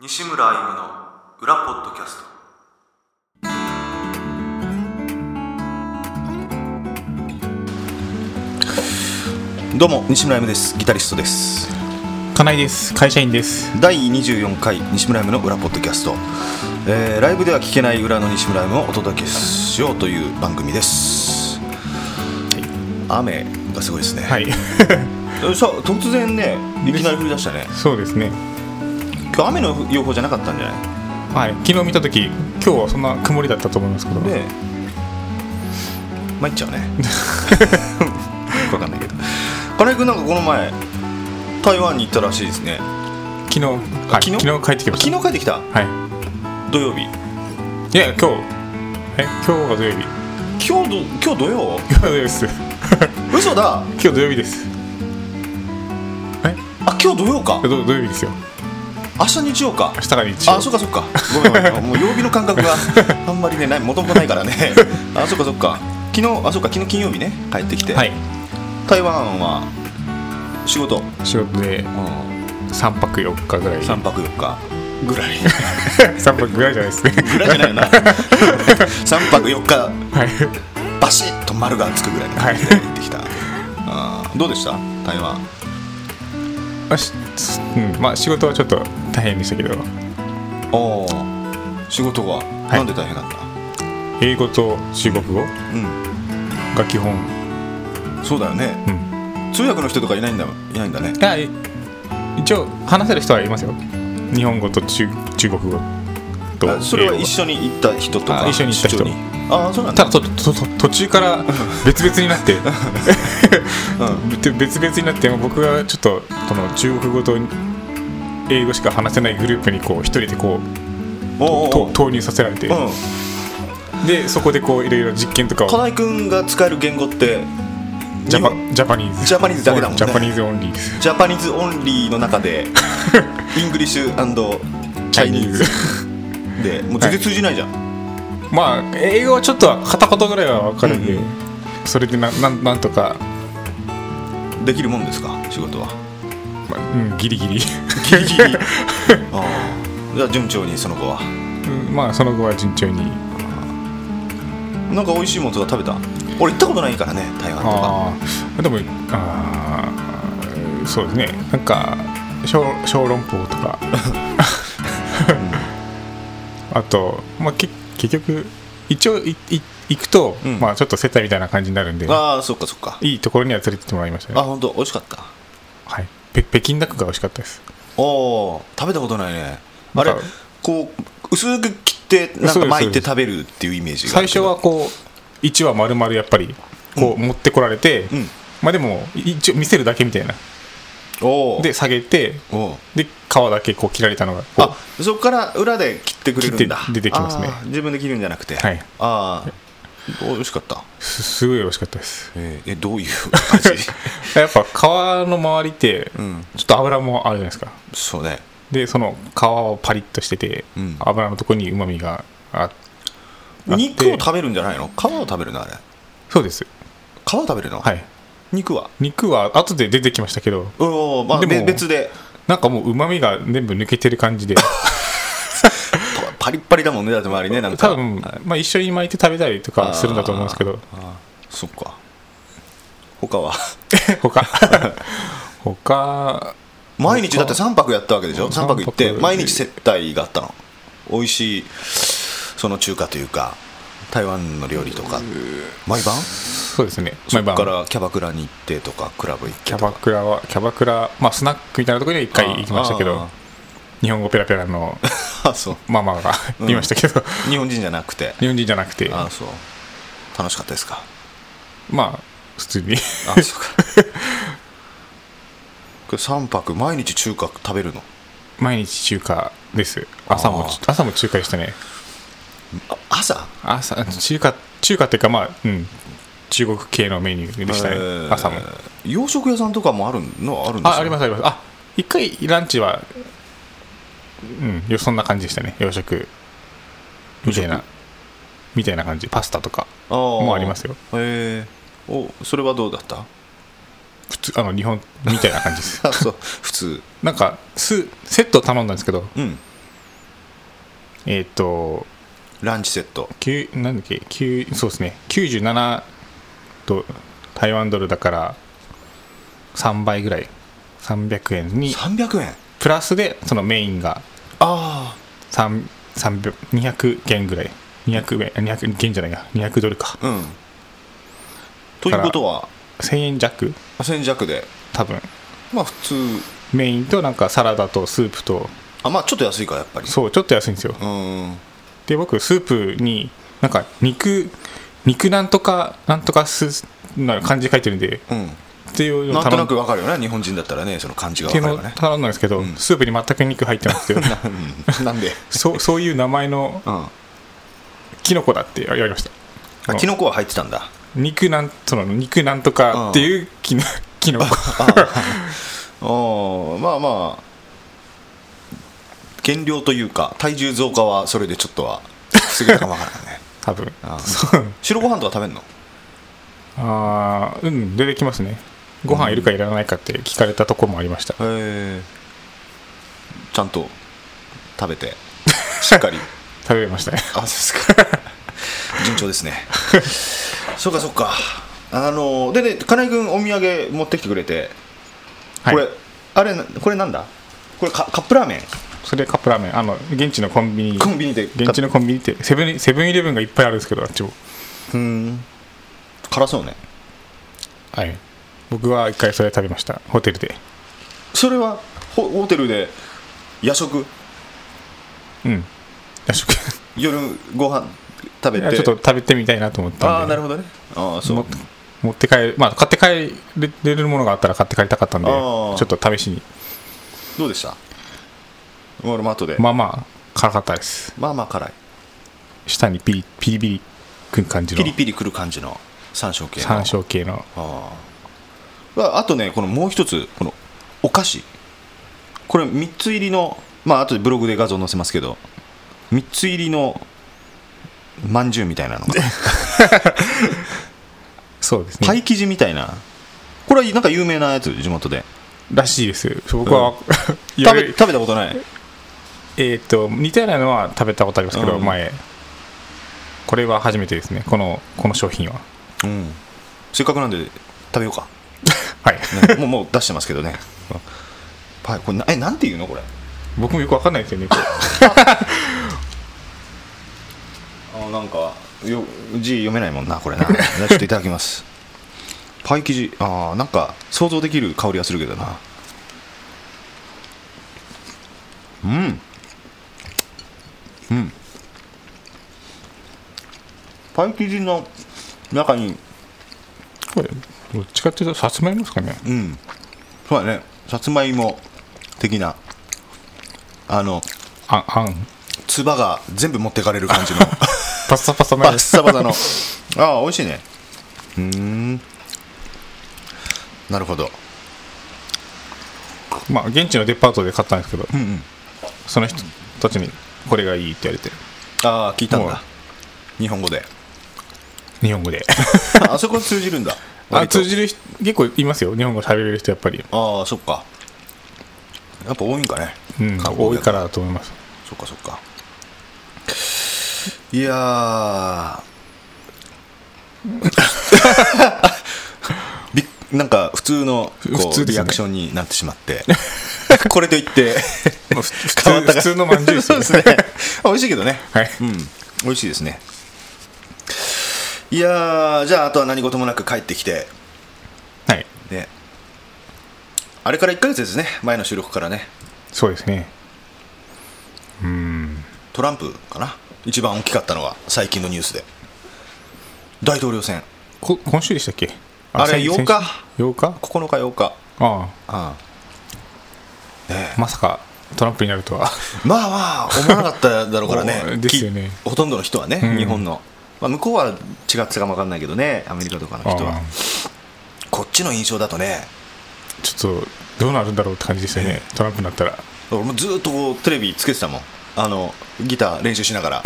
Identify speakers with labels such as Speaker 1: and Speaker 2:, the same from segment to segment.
Speaker 1: 西村歩夢の裏ポッドキャスト
Speaker 2: どうも西村 M ですギタリストです
Speaker 3: 金井です会社員です
Speaker 2: 第24回西村 M の裏ポッドキャスト、えーライブでは聞けない裏の西村 M をお届けしようという番組です、雨がすごいですね、
Speaker 3: はい
Speaker 2: えさ突然ねいきなり降り出したね
Speaker 3: そうですね
Speaker 2: 今日雨の予報じゃなかったんじゃな
Speaker 3: はい昨日見た時今日はそんな曇りだったと思いますけど
Speaker 2: いで参っち ゃうねよくわかんないけど金井君なんかこの前台湾に行ったらしいですね
Speaker 3: 昨日、はい、
Speaker 2: 昨日
Speaker 3: 昨日帰ってきまし
Speaker 2: 昨日
Speaker 3: た
Speaker 2: 帰ってきた
Speaker 3: は
Speaker 2: 土曜日
Speaker 3: いいや今日え今日が土曜日
Speaker 2: 今日ど今日土曜
Speaker 3: 今日が土曜日です
Speaker 2: 嘘だ
Speaker 3: 今日土曜日ですえ
Speaker 2: あ今日土曜か
Speaker 3: 土土曜日ですよ
Speaker 2: 明日日曜か
Speaker 3: 明日が日曜
Speaker 2: あそうかそうかごめんごめんもう曜日の感覚 があんまりねないもともとないからねあそうかそうか昨日あそうか昨日金曜日ね帰ってきて、
Speaker 3: はい
Speaker 2: 台湾は仕事、
Speaker 3: 仕事で3泊4日ぐらい
Speaker 2: 3泊4日ぐらい
Speaker 3: 三泊ぐらいじゃないですね
Speaker 2: ぐらいじゃないよな3泊4日
Speaker 3: はい
Speaker 2: バシッと丸がつくぐらいの感じで行ってきた、あーどうでした台湾
Speaker 3: まあしうんまあ仕事はちょっと大変でしたけど
Speaker 2: おお仕事が、
Speaker 3: い
Speaker 2: なんで大変だった
Speaker 3: 英語と中国語
Speaker 2: う
Speaker 3: が基本
Speaker 2: んそうだよね、通訳の人とかいないんだいないんだね
Speaker 3: あい一応話せる人はいますよ日本語と中中国語と
Speaker 2: あそれは
Speaker 3: 英語
Speaker 2: 一緒に行った人とか
Speaker 3: あ一緒に行った
Speaker 2: 出
Speaker 3: 人
Speaker 2: 張ああそうなん
Speaker 3: た
Speaker 2: だ
Speaker 3: だととと途中から別々に なって、で別々になって僕がちょっとその中国語と英語しか話せないグループにこう一人でこう
Speaker 2: おうおうお
Speaker 3: と
Speaker 2: う
Speaker 3: 投入させられて、
Speaker 2: うん
Speaker 3: でそこでこういろいろ実験とかを
Speaker 2: 金井君が使える言語って
Speaker 3: ジャパ
Speaker 2: 日本
Speaker 3: ジャパニーズ
Speaker 2: ジャパニーズだけだもんね
Speaker 3: ジャパニーズオンリーです
Speaker 2: ジャパニーズオンリーの中 でイングリッシュチャイニーズ
Speaker 3: チ
Speaker 2: でもう全然通じないじゃん、
Speaker 3: まあ英語はちょっとは片言ぐらいは分かるんで、それでななんなんとか、
Speaker 2: できるもんですか仕 事は
Speaker 3: まあうん、ギリギリ
Speaker 2: ギリギリああじゃあ順調にその子は
Speaker 3: うんまあその後は順調に
Speaker 2: なんか美味しいものとか食べた俺行ったことないからね台湾とか
Speaker 3: ああでもあーそうですねなんか小小籠包とか あと、まあ、け結局一応いい行くと、
Speaker 2: うん
Speaker 3: まあ、ちょっと接待みたいな感じになるんで
Speaker 2: ああそっかそっか
Speaker 3: いいところには連れてってもらいました
Speaker 2: あ
Speaker 3: ね、
Speaker 2: 本当美味しかった
Speaker 3: はい、ぺ北京ダックが美味しかったです
Speaker 2: おお食べたことないね
Speaker 3: な
Speaker 2: あ
Speaker 3: んか
Speaker 2: れこう薄く切ってなんか巻いて食べるっていうイメージがあ
Speaker 3: 最
Speaker 2: るけ
Speaker 3: 初
Speaker 2: ど
Speaker 3: はこう1話丸々やっぱりこう持ってこられて、
Speaker 2: ん
Speaker 3: まあでも一応見せるだけみたいな
Speaker 2: おー
Speaker 3: で下げて
Speaker 2: おー
Speaker 3: で皮だけこう切られたのがこう
Speaker 2: あそこから裏で切ってくれるんだ
Speaker 3: 切って出てきますね
Speaker 2: あー自分で切るんじゃなくて、
Speaker 3: はい
Speaker 2: ああ美味しかった
Speaker 3: す すごい美味しかったです
Speaker 2: えーえどういう 味
Speaker 3: やっぱ皮の周りって
Speaker 2: ん
Speaker 3: ちょっと油もあるじゃないですか
Speaker 2: そうね
Speaker 3: でその皮はパリッとしてて、
Speaker 2: うん
Speaker 3: 油のとこにうまみがああって
Speaker 2: 肉を食べるんじゃないの皮を食べるのあれ
Speaker 3: そうです
Speaker 2: 皮を食べるの、
Speaker 3: はい
Speaker 2: 肉は
Speaker 3: 肉は後で出てきましたけど
Speaker 2: おおまあ
Speaker 3: でも
Speaker 2: べ別で
Speaker 3: なんかもううまみが全部抜けてる感じ で
Speaker 2: パパリッパリだもんねだって周りねなんか
Speaker 3: 多分、まあ、一緒に巻いて食べたりとかするんだと思うんですけど
Speaker 2: そっか他は
Speaker 3: 他他
Speaker 2: 毎日だって3泊やったわけでしょ3泊行って
Speaker 3: 三泊
Speaker 2: 毎日接待があったの美味しいその中華というか台湾の料理とか毎晩
Speaker 3: そうですね
Speaker 2: そっ
Speaker 3: 毎晩
Speaker 2: からキャバクラに行ってとかクラブ行って
Speaker 3: キャバクラはキャバクラまあスナックみたいなところには一回行きましたけ
Speaker 2: あ
Speaker 3: ど日本語ペラペラの
Speaker 2: あ そう
Speaker 3: ママが
Speaker 2: うん
Speaker 3: いましたけど、
Speaker 2: 日本人じゃなくて
Speaker 3: 日本人じゃなくて
Speaker 2: あそう楽しかったですか
Speaker 3: まあ普通に
Speaker 2: あそうかこれ3泊毎日中華食べるの
Speaker 3: 毎日中華です朝も
Speaker 2: あー
Speaker 3: 朝も中華でしたね
Speaker 2: あ朝
Speaker 3: 朝中華中華っていうかまあうん中国系のメニューでしたね、
Speaker 2: えー
Speaker 3: 朝も
Speaker 2: 洋食屋さんとかもあるのはあるんです
Speaker 3: あありますすありますあ一回ランチはうんよそんな感じでしたね洋食みたいなみたいな感じパスタとか
Speaker 2: も
Speaker 3: もありますよ
Speaker 2: へえおそれはどうだった
Speaker 3: 普通あの日本みたいな感じです
Speaker 2: あそう普通
Speaker 3: なんかスセットを頼んだんですけど
Speaker 2: うん
Speaker 3: えーっと
Speaker 2: ランチセット
Speaker 3: きゅうなんだっけきゅうそうですね97と台湾ドルだから3倍ぐらい300円に
Speaker 2: 300円
Speaker 3: プラスでそのメインが
Speaker 2: ああ
Speaker 3: 3 300 200元ぐらい200元200元じゃないか200ドルか
Speaker 2: うんということは
Speaker 3: 1000円弱
Speaker 2: 1000弱で
Speaker 3: 多分
Speaker 2: まあ普通
Speaker 3: メインとなんかサラダとスープと
Speaker 2: あまあちょっと安いかやっぱり
Speaker 3: そうちょっと安いんですよ
Speaker 2: うん
Speaker 3: で僕スープになんか肉肉なんとかなんとかすな漢字書いてるんで
Speaker 2: うん
Speaker 3: っていうの
Speaker 2: な
Speaker 3: を
Speaker 2: んと
Speaker 3: 頼
Speaker 2: なんくわかるよね日本人だったらねその感じが
Speaker 3: っ
Speaker 2: わ
Speaker 3: てい
Speaker 2: か
Speaker 3: う
Speaker 2: る
Speaker 3: のを
Speaker 2: からね
Speaker 3: 頼んだんですけど、スープに全く肉入ってな くて
Speaker 2: うん なんで
Speaker 3: そうそういう名前の
Speaker 2: うん
Speaker 3: キノコだってやりました
Speaker 2: あキノコは入ってたんだ
Speaker 3: 肉なんその肉なんとかっていうキノキノコ
Speaker 2: おまあまあ減量というか体重増加はそれでちょっ とはすぐかもわからないね
Speaker 3: 多分
Speaker 2: あ
Speaker 3: そう
Speaker 2: 白ご飯とか食べんの
Speaker 3: あーうん出てきますねご飯いるかいらないかって聞かれたとこもありました、
Speaker 2: へえちゃんと食べ てしっかり
Speaker 3: 食べましたね
Speaker 2: あそうですか順調ですねそうかそうかあのでね金井君お土産持ってきてくれてこれ、
Speaker 3: はい、
Speaker 2: あれこれなんだこれカカップラーメン
Speaker 3: それカップラーメンあの現地のコンビニ
Speaker 2: コンビニで
Speaker 3: 現地のコンビニってセブンセブンイレブンがいっぱいあるんですけどあっちも
Speaker 2: うん辛そうね
Speaker 3: はい僕は一回それ食べましたホテルで
Speaker 2: それはホホテルで夜食
Speaker 3: うん夜食
Speaker 2: 夜ご飯食べ
Speaker 3: いや
Speaker 2: て
Speaker 3: ちょっと食べてみたいなと思ったんで
Speaker 2: ああなるほどねああそう
Speaker 3: も持って帰るまあ買って帰れるものがあったら買って帰りたかったんで
Speaker 2: あ
Speaker 3: ち
Speaker 2: ー
Speaker 3: ょっと試しに
Speaker 2: どうでした俺も後で、
Speaker 3: まあまあ辛かったです
Speaker 2: まあまあ辛い
Speaker 3: 舌にピリピリピリくる感じ
Speaker 2: ピリ
Speaker 3: の
Speaker 2: ピリくる感じの山椒系の
Speaker 3: 山椒系の
Speaker 2: ああああとねこのもう一つこのお菓子これ3つ入りのまあ後でブログで画像載せますけど3つ入りのまんじゅうみたいなの が
Speaker 3: そうです
Speaker 2: パ
Speaker 3: ね
Speaker 2: イ生地みたいなこれはなんか有名なやつ地元で
Speaker 3: らしいです僕 はい
Speaker 2: 食
Speaker 3: ろ
Speaker 2: べ
Speaker 3: いろ
Speaker 2: 食べたことない
Speaker 3: えっと似たようなのは食べたことありますけど
Speaker 2: うん
Speaker 3: 前これは初めてですねこのこの商品は
Speaker 2: うん、せっかくなんで食べようか、
Speaker 3: はい
Speaker 2: ねもうも う出してますけどねはいこれなえなんていうのこれ
Speaker 3: 僕もよくわかんないですよねこれ
Speaker 2: あなんかよ字読めないもんなこれなじゃあちょっといただきますパイ生地あーなんか想像できる香りはするけどなうんうんパイ生地の中に
Speaker 3: これどっちかっていうとさつまいもですかね
Speaker 2: うんそうだねさつまいも的なあの
Speaker 3: ああん
Speaker 2: つばが全部持ってかれる感じ の
Speaker 3: パッサパサの
Speaker 2: バ
Speaker 3: や
Speaker 2: ッ
Speaker 3: つ
Speaker 2: サバサのああ美味しいねうーんなるほど
Speaker 3: まあ現地のデパートで買ったんですけど
Speaker 2: うんうん
Speaker 3: その人たちにこれがいいって言われて
Speaker 2: ああ聞いたん
Speaker 3: もう
Speaker 2: だ日本語で
Speaker 3: 日本語で
Speaker 2: あそこ通じるんだ
Speaker 3: あ
Speaker 2: 割と
Speaker 3: 通じる人結構いますよ日本語喋れる人やっぱり、
Speaker 2: ああそっかやっぱ多いんかね、
Speaker 3: うん、
Speaker 2: 観光
Speaker 3: 多い
Speaker 2: 客
Speaker 3: からだと思います
Speaker 2: そっかそっかいやー びっなんか普通のこう
Speaker 3: 普通ですね
Speaker 2: リアクションになってしまってこれとい って
Speaker 3: ま あふ普
Speaker 2: 変わった
Speaker 3: 通普通のまんじゅうです
Speaker 2: そう
Speaker 3: よ
Speaker 2: で
Speaker 3: ね
Speaker 2: すね 美味しいけどね
Speaker 3: はい
Speaker 2: うん美味しいですねいやーじゃああとは何事もなく帰ってきて
Speaker 3: はい
Speaker 2: ねあれから1ヶ月ですね前の収録からね
Speaker 3: そうですねうん
Speaker 2: トランプかな一番大きかったのは最近のニュースで大統領選
Speaker 3: こ今週でしたっけ
Speaker 2: あれ
Speaker 3: 先
Speaker 2: 8日
Speaker 3: 先週8日
Speaker 2: 9日8日
Speaker 3: あ
Speaker 2: ああ
Speaker 3: あまさかトランプになるとは
Speaker 2: まあまあ思わなかっただろうから
Speaker 3: お
Speaker 2: ね
Speaker 3: ー ですよね
Speaker 2: きほとんどの人はね、
Speaker 3: うん
Speaker 2: 日本の、まあ、向こうは違ってたかも分かんないけどねアメリカとかの人は
Speaker 3: ああ
Speaker 2: こっちの印象だとね
Speaker 3: ちょっとどうなるんだろうって感じでしたねトランプになったら
Speaker 2: 俺もずーっとこうテレビつけてたもんあのギター練習しなが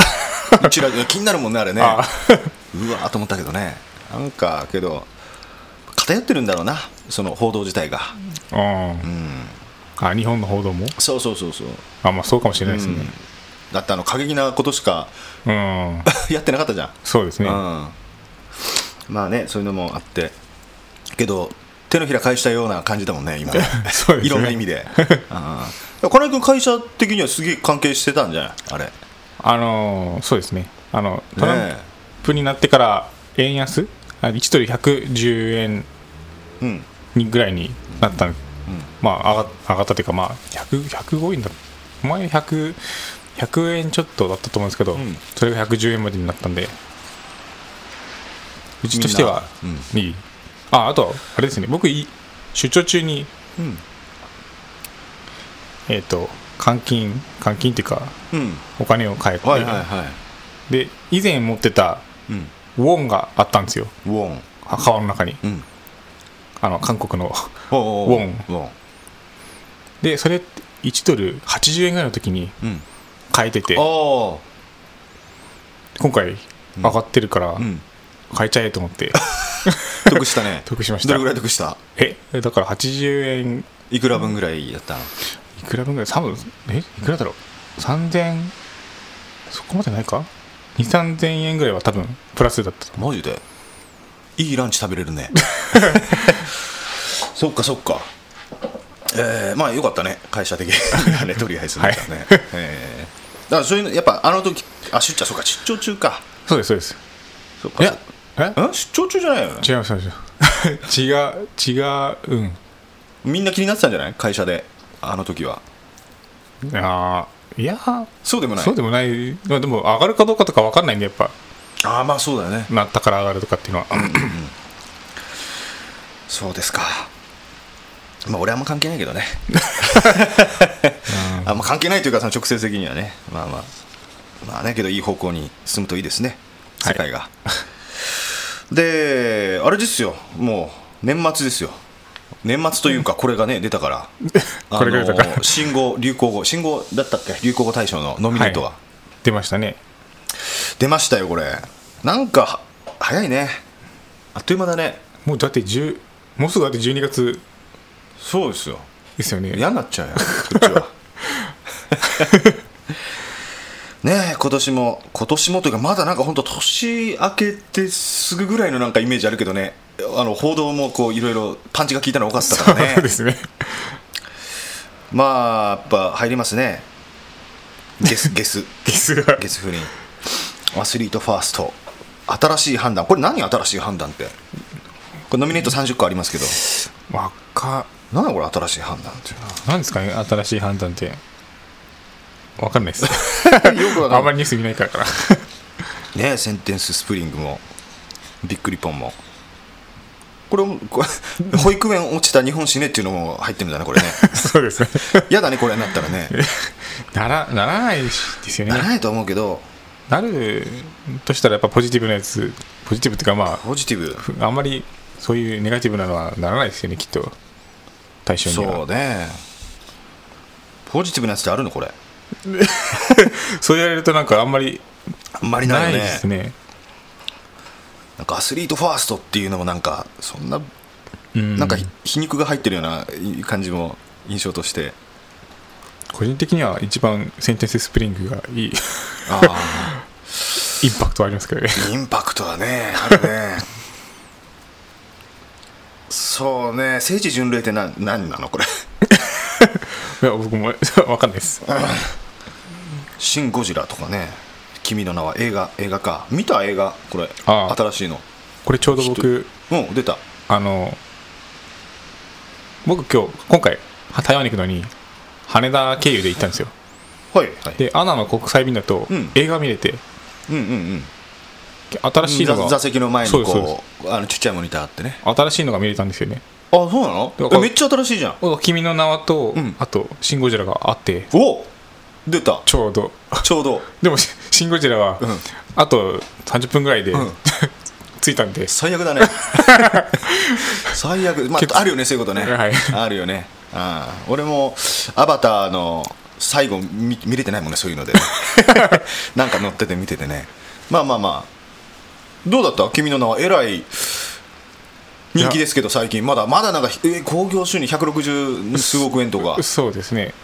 Speaker 2: らちら気になるもんねあれね
Speaker 3: あ
Speaker 2: うわーと思ったけどねなんかけど偏ってるんだろうなその報道自体が
Speaker 3: うんあ日本の報道も
Speaker 2: そうそうそうそう
Speaker 3: あまあそうかもしれないですね、
Speaker 2: うんだってあの過激なことしか
Speaker 3: うん、
Speaker 2: やってなかったじゃん
Speaker 3: そうですね。
Speaker 2: うん、まあねそういうのもあってけど手のひら返したような感じだもんね今ね
Speaker 3: そうですね
Speaker 2: いろんな意味 で、うん、金井君会社的にはすげえ関係してたんじゃないあれね
Speaker 3: あのーそうですね。あの、トラン
Speaker 2: え
Speaker 3: プになってから、円安あ ?1 ドル110円
Speaker 2: うん
Speaker 3: にぐらいになった、まあ上が上がったというか、まあ、100 105円だ前 100, 100円ちょっとだったと思うんですけど、
Speaker 2: ん
Speaker 3: それが110円までになったんでうちとしては
Speaker 2: みんな
Speaker 3: 2位、ああとあれですね僕い出張中に、
Speaker 2: うん
Speaker 3: えっ、と換金換金っていうか
Speaker 2: うん
Speaker 3: お金を買えて、
Speaker 2: はいはいはい、
Speaker 3: で以前持ってた
Speaker 2: うん、
Speaker 3: ウォンがあったんですよ
Speaker 2: ウォン、
Speaker 3: は顔の中に
Speaker 2: うん、
Speaker 3: あの韓国の
Speaker 2: おうおう
Speaker 3: ウォン
Speaker 2: ウォン、
Speaker 3: でそれって1ドル80円ぐらいの時に
Speaker 2: うん、
Speaker 3: 買えてて
Speaker 2: おー
Speaker 3: 今回上がってるから
Speaker 2: うん
Speaker 3: 買えちゃえと思 って
Speaker 2: 得したね
Speaker 3: 得しました
Speaker 2: どれぐらい得した
Speaker 3: えだから80円
Speaker 2: いくら分ぐらいやったの
Speaker 3: いくら分ぐらい多分えいくらだろう3000そこまでないか23000円ぐらいは多分プラスだったと思
Speaker 2: マジでいいランチ食べれるねそっかそっかえー、まあよかったね会社的にはねとりあえずね、
Speaker 3: はい
Speaker 2: えーだからそういうのやっぱあの時あ出張そうか出張中か
Speaker 3: うそうですそうです
Speaker 2: そっか
Speaker 3: いやえ
Speaker 2: ん出張中じゃないよね
Speaker 3: 違います違います 違う違う
Speaker 2: みんな気になってたんじゃない会社であの時は
Speaker 3: うんあーいやー
Speaker 2: そうでもない
Speaker 3: そうでもないまあでも上がるかどうかとか分かんないんでやっぱ
Speaker 2: ああまあそうだよね
Speaker 3: なったから上がるとかっていうのは
Speaker 2: そうですかまあ俺はあんま関係ないけどね あんま関係ないというかその直接的にはねまあまあまあねけどいい方向に進むといいですね
Speaker 3: はい
Speaker 2: 世界が、であれですよもう年末ですよ年末というかこれがね出たから
Speaker 3: これが出たから
Speaker 2: あの新語流行語新語だったっけ流行語大賞のノミネートが、
Speaker 3: はい出ましたね
Speaker 2: 出ましたよこれなんかは早いねあっという間だね
Speaker 3: もうだって10もうすぐだって12月
Speaker 2: そうですよ
Speaker 3: ですよね
Speaker 2: 嫌になっちゃうよこっちは ねえ今年も今年もというかまだなんか本当年明けてすぐぐらいのなんかイメージあるけどねあの報道もこういろいろパンチが効いたの多かったから
Speaker 3: そう で
Speaker 2: ね
Speaker 3: すね
Speaker 2: まあやっぱ入りますねゲ スゲス
Speaker 3: ゲスが
Speaker 2: ゲス不倫アスリートファースト新しい判断これ何新しい判断ってこれノミネート30個ありますけど
Speaker 3: わか
Speaker 2: 何だこれ新しい判断って
Speaker 3: なんですかね新しい判断ってわかんないです
Speaker 2: よくわかんない
Speaker 3: あんまりニュース見ないからかな
Speaker 2: ねえセンテンススプリングもびっくりポンもこれこれ 保育園落ちた日本死ねっていうのも入ってるんだねこ れね
Speaker 3: そうですね
Speaker 2: やだねこれになったらね
Speaker 3: ならならないしですよ
Speaker 2: なら
Speaker 3: ね
Speaker 2: ないと思うけど
Speaker 3: なるとしたらやっぱポジティブなやつポジティブっていうかま
Speaker 2: ポジティブ
Speaker 3: ああんまりそういうネガティブなのはならないですよねきっと対象には
Speaker 2: そうねポジティブなやつってあるのこれ
Speaker 3: そう言われるとなんかあんまり
Speaker 2: あんまりな
Speaker 3: ないい
Speaker 2: よ
Speaker 3: で
Speaker 2: ね
Speaker 3: すね
Speaker 2: なんかアスリートファーストっていうのもなんかそんな
Speaker 3: うん
Speaker 2: なんかひ皮肉が入ってるようない感じも印象と して
Speaker 3: 個人的には一番センテンススプリングがいい イン
Speaker 2: ああ
Speaker 3: パクトはありますけどね
Speaker 2: インパクトはね、あるね。 そうね、聖地巡礼ってな何なのこれ。
Speaker 3: いや僕も わかんないです
Speaker 2: シン・ゴジラとかね、君の名は映画、映画か。見た映画、これ、
Speaker 3: ああ
Speaker 2: 新しいの。
Speaker 3: これちょうど僕
Speaker 2: うん、出た。
Speaker 3: あの僕今日今回は台湾に行くのに羽田経由で行ったんですよ
Speaker 2: はい。はい、
Speaker 3: でアナの国際便だと
Speaker 2: うん
Speaker 3: 映画見れて、
Speaker 2: うんうんうん。
Speaker 3: 新しいの
Speaker 2: 座
Speaker 3: が
Speaker 2: 座席の前に
Speaker 3: そうですそう
Speaker 2: こう、あのちっちゃいモニターあってね。
Speaker 3: 新しいのが見れたんですよね
Speaker 2: あ、そうなの
Speaker 3: だから
Speaker 2: えめっちゃ新しいじゃん。
Speaker 3: お君の名はと、
Speaker 2: うん
Speaker 3: あと「シン・ゴジラ」があって
Speaker 2: お出た。
Speaker 3: ちょうど
Speaker 2: ちょうど。
Speaker 3: でも「シシン・ゴジラは」
Speaker 2: うん
Speaker 3: あと30分ぐらいで、
Speaker 2: うん
Speaker 3: 着いたんで
Speaker 2: 最悪だ ね最悪、ま
Speaker 3: 結
Speaker 2: あ、
Speaker 3: 構
Speaker 2: あるよねそういうことね、
Speaker 3: はい
Speaker 2: あるよねああ俺もアバターの最後見見れてないもんねそういうの でなんか乗ってて見ててねまあまあまあどうだった君の名はえらい人気ですけど最近まだまだなんか興行、興行収入160数億円とか
Speaker 3: そうですね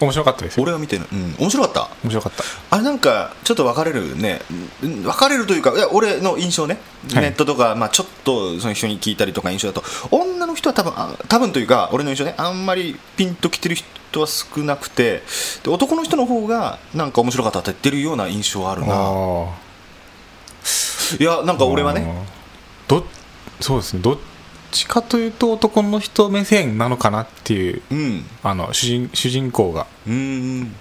Speaker 3: 面白かったですよ
Speaker 2: 俺は見てない、うん、面白かった
Speaker 3: 面白かった
Speaker 2: あれなんかちょっと分かれるねうん分かれるというかいや俺の印象ねネ
Speaker 3: はい
Speaker 2: ットとか、まあ、ちょっとその人に聞いたりとか印象だと女の人は多分あ多分というか俺の印象ねあんまりピンときてる人は少なくてで男の人の方がなんか面白かったって言ってるような印象はあるな
Speaker 3: あ
Speaker 2: いやなんか俺はね
Speaker 3: どそうですねどっちかというと男の人目線なのかなっていう
Speaker 2: うん
Speaker 3: あの主人主人公が
Speaker 2: うんだか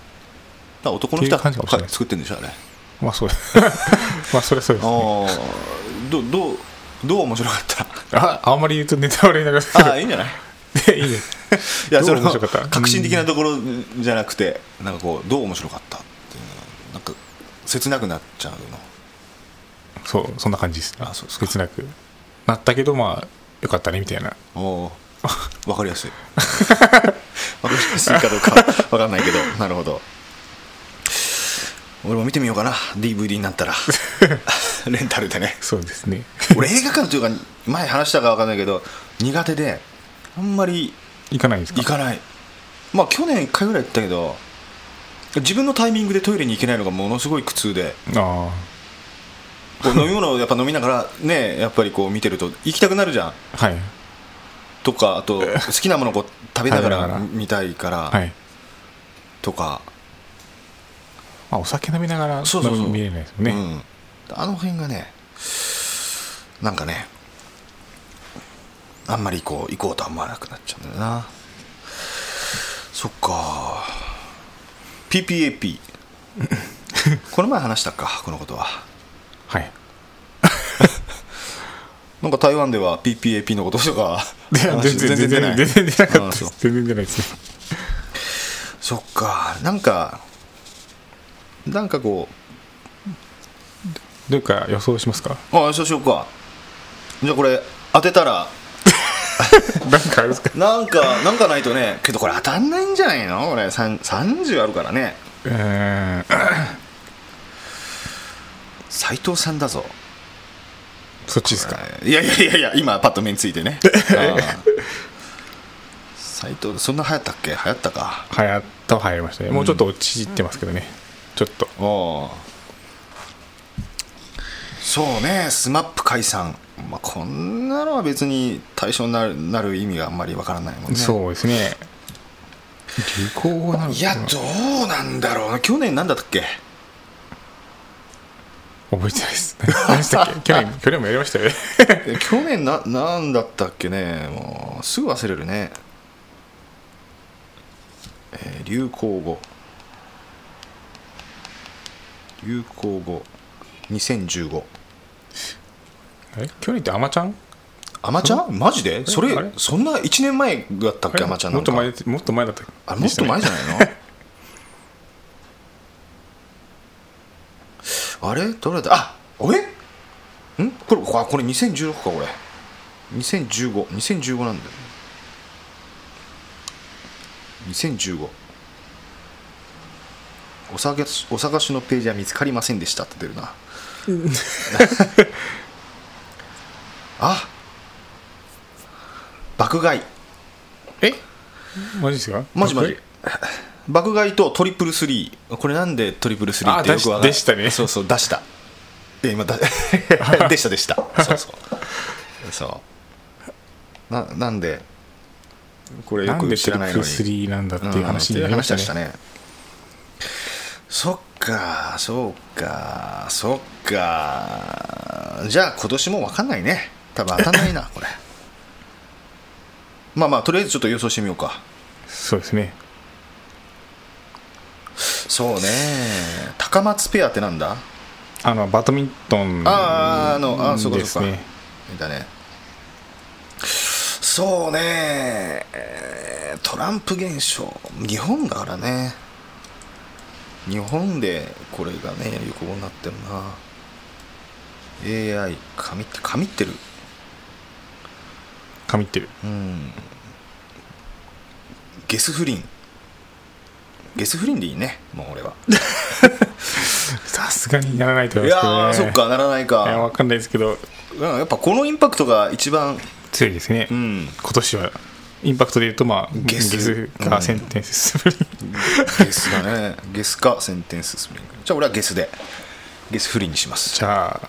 Speaker 2: ら男の人は
Speaker 3: っていう感じかもしれない
Speaker 2: はい作ってるんでしょあれ
Speaker 3: まあそう まあそれはそうですね
Speaker 2: ああどどうどう面白かった
Speaker 3: ああんまり言うとネタバレになりますけ
Speaker 2: あ
Speaker 3: ど
Speaker 2: あ いいんじゃない
Speaker 3: いやいいね
Speaker 2: いや
Speaker 3: ど
Speaker 2: そうの
Speaker 3: 面白かった
Speaker 2: 革新的なところじゃなくてなんかこうどう面白かったっていうのがなんか切なくなっちゃうの
Speaker 3: そうそんな感じです
Speaker 2: あそうですか
Speaker 3: 切なくなったけどまあよかったねみたいな
Speaker 2: おーわかり やすいわかりやすいかどうかわかんないけどなるほど俺も見てみようかな DVD にな ったらレンタルでね
Speaker 3: そうですね
Speaker 2: 俺映画館というか前話したかわかんないけど苦手であんまり
Speaker 3: 行かないんですか
Speaker 2: 行かないまあ去年1回ぐらい行ったけど自分のタイミングでトイレに行けないのがものすごい苦痛で
Speaker 3: あ
Speaker 2: こう飲み物をやっぱ飲みながらねやっぱりこう見てると行きたくなるじゃん
Speaker 3: あはい
Speaker 2: とかあと好きなものをこう食べなが
Speaker 3: 食べなが
Speaker 2: ら
Speaker 3: ら
Speaker 2: 見たいから
Speaker 3: はい、
Speaker 2: とか、
Speaker 3: まあ、お酒飲みながら
Speaker 2: そうそうそう
Speaker 3: 見れないですよね、
Speaker 2: うん、あの辺がねなんかねあんまりこう行こうとは思わなくなっちゃうんだよなそっか PPAP この前話したかこのことは
Speaker 3: はい
Speaker 2: なんか台湾では PPAP のこととか
Speaker 3: いや
Speaker 2: 話
Speaker 3: 全
Speaker 2: 全然出
Speaker 3: 然全然
Speaker 2: ない
Speaker 3: 全然出なかった
Speaker 2: あ
Speaker 3: で
Speaker 2: そう
Speaker 3: す全然出ないですね
Speaker 2: そっかなんかなんかこ
Speaker 3: どういうか予想しま すか
Speaker 2: うあそうしようかじゃあこれ当てたら
Speaker 3: なんかあれですか
Speaker 2: なんかなんかないとねけどこれ当たんないんじゃないの俺さん30あるからね
Speaker 3: うーん
Speaker 2: 斎藤さんだぞ
Speaker 3: そっちですか
Speaker 2: いやいやいやいや今パッと目についてね斎藤そんな流行ったっけ流行ったか
Speaker 3: 流行ったは流行りましたねもうちょっと落ちてますけどねちょっと
Speaker 2: おうそうね SMAP 解散、まあ、こんなのは別に対象になるなる意味があんまりわからないもんね
Speaker 3: そうですね流行語なの
Speaker 2: いやどうなんだろうな去年なんだったっけ
Speaker 3: 覚えてないです何 でしたっけ去年去年もやりましたよね
Speaker 2: え去年ななんだったっけねもうすぐ忘れるね、えー流行語流行語2015
Speaker 3: あれ去年ってアマちゃん
Speaker 2: アマちゃんマジでそれ
Speaker 3: あれ
Speaker 2: そんな1年前だったっ
Speaker 3: あ
Speaker 2: け
Speaker 3: れ
Speaker 2: アマちゃんな
Speaker 3: も
Speaker 2: ん
Speaker 3: っ
Speaker 2: か
Speaker 3: と前ですもっと前だった
Speaker 2: あれもっと前
Speaker 3: で
Speaker 2: じゃないの あれどれだあえんこれあこれ2016かこれ20152015なんだよ2015お探しお探しのページは見つかりませんでしたって出るな あ爆買い
Speaker 3: したねえマジですか
Speaker 2: マジマジ爆買いとトリプルスリーこれなんでトリプルスリーって
Speaker 3: あ
Speaker 2: よくわかん
Speaker 3: 出し出したね
Speaker 2: そうそう出したいや今 だでしたでしたそうそうそうななんでこれよ
Speaker 3: なん
Speaker 2: く
Speaker 3: で
Speaker 2: 知
Speaker 3: ト
Speaker 2: らな
Speaker 3: リ
Speaker 2: い
Speaker 3: プ
Speaker 2: の
Speaker 3: ル
Speaker 2: に
Speaker 3: スリーなんだって
Speaker 2: うん
Speaker 3: いう話になりましたね
Speaker 2: ねそっかそうかそっかじゃあ今年も分かんないね多分当たんないなこれまあまあとりあえずちょっと予想してみようか
Speaker 3: そうですね
Speaker 2: そうね高松ペアってなんだ
Speaker 3: あのバドミントン
Speaker 2: あーあのあそうかそうか
Speaker 3: ですね
Speaker 2: だねそうねえートランプ現象日本だからね日本でこれがね流行語になってるな AI 神って神ってる
Speaker 3: 神ってる
Speaker 2: うんゲス不倫ゲス不倫でいいねもう俺は
Speaker 3: さすがにやらないと
Speaker 2: い
Speaker 3: 思い
Speaker 2: や
Speaker 3: ますけど、ね、
Speaker 2: ーそっかならない
Speaker 3: いや
Speaker 2: か
Speaker 3: わかんないですけど
Speaker 2: うんやっぱこのインパクトが一番
Speaker 3: 強いですね、
Speaker 2: うん
Speaker 3: 今年はインパクトで言うとまあ
Speaker 2: ゲ
Speaker 3: ゲ
Speaker 2: ス
Speaker 3: ス
Speaker 2: うん
Speaker 3: かセンテンスする
Speaker 2: ゲスだねゲスかセンテンススプリングじゃあ俺はゲスでゲスフリーにします
Speaker 3: じゃあ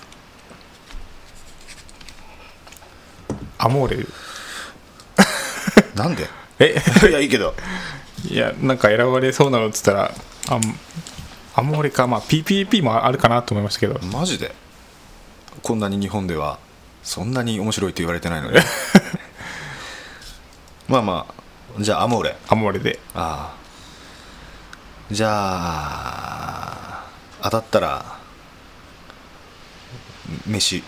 Speaker 3: アモーレ
Speaker 2: なんで
Speaker 3: え
Speaker 2: いやいいけど
Speaker 3: いやなんか選ばれそうなのっつったらあんアモーレかまあ PPAP もあるかなと思いましたけど
Speaker 2: マジでこんなに日本ではそんなに面白いと言われてないの でまあまあじゃあアモーレ
Speaker 3: アモーレで
Speaker 2: ああじゃあ当たったら飯
Speaker 3: い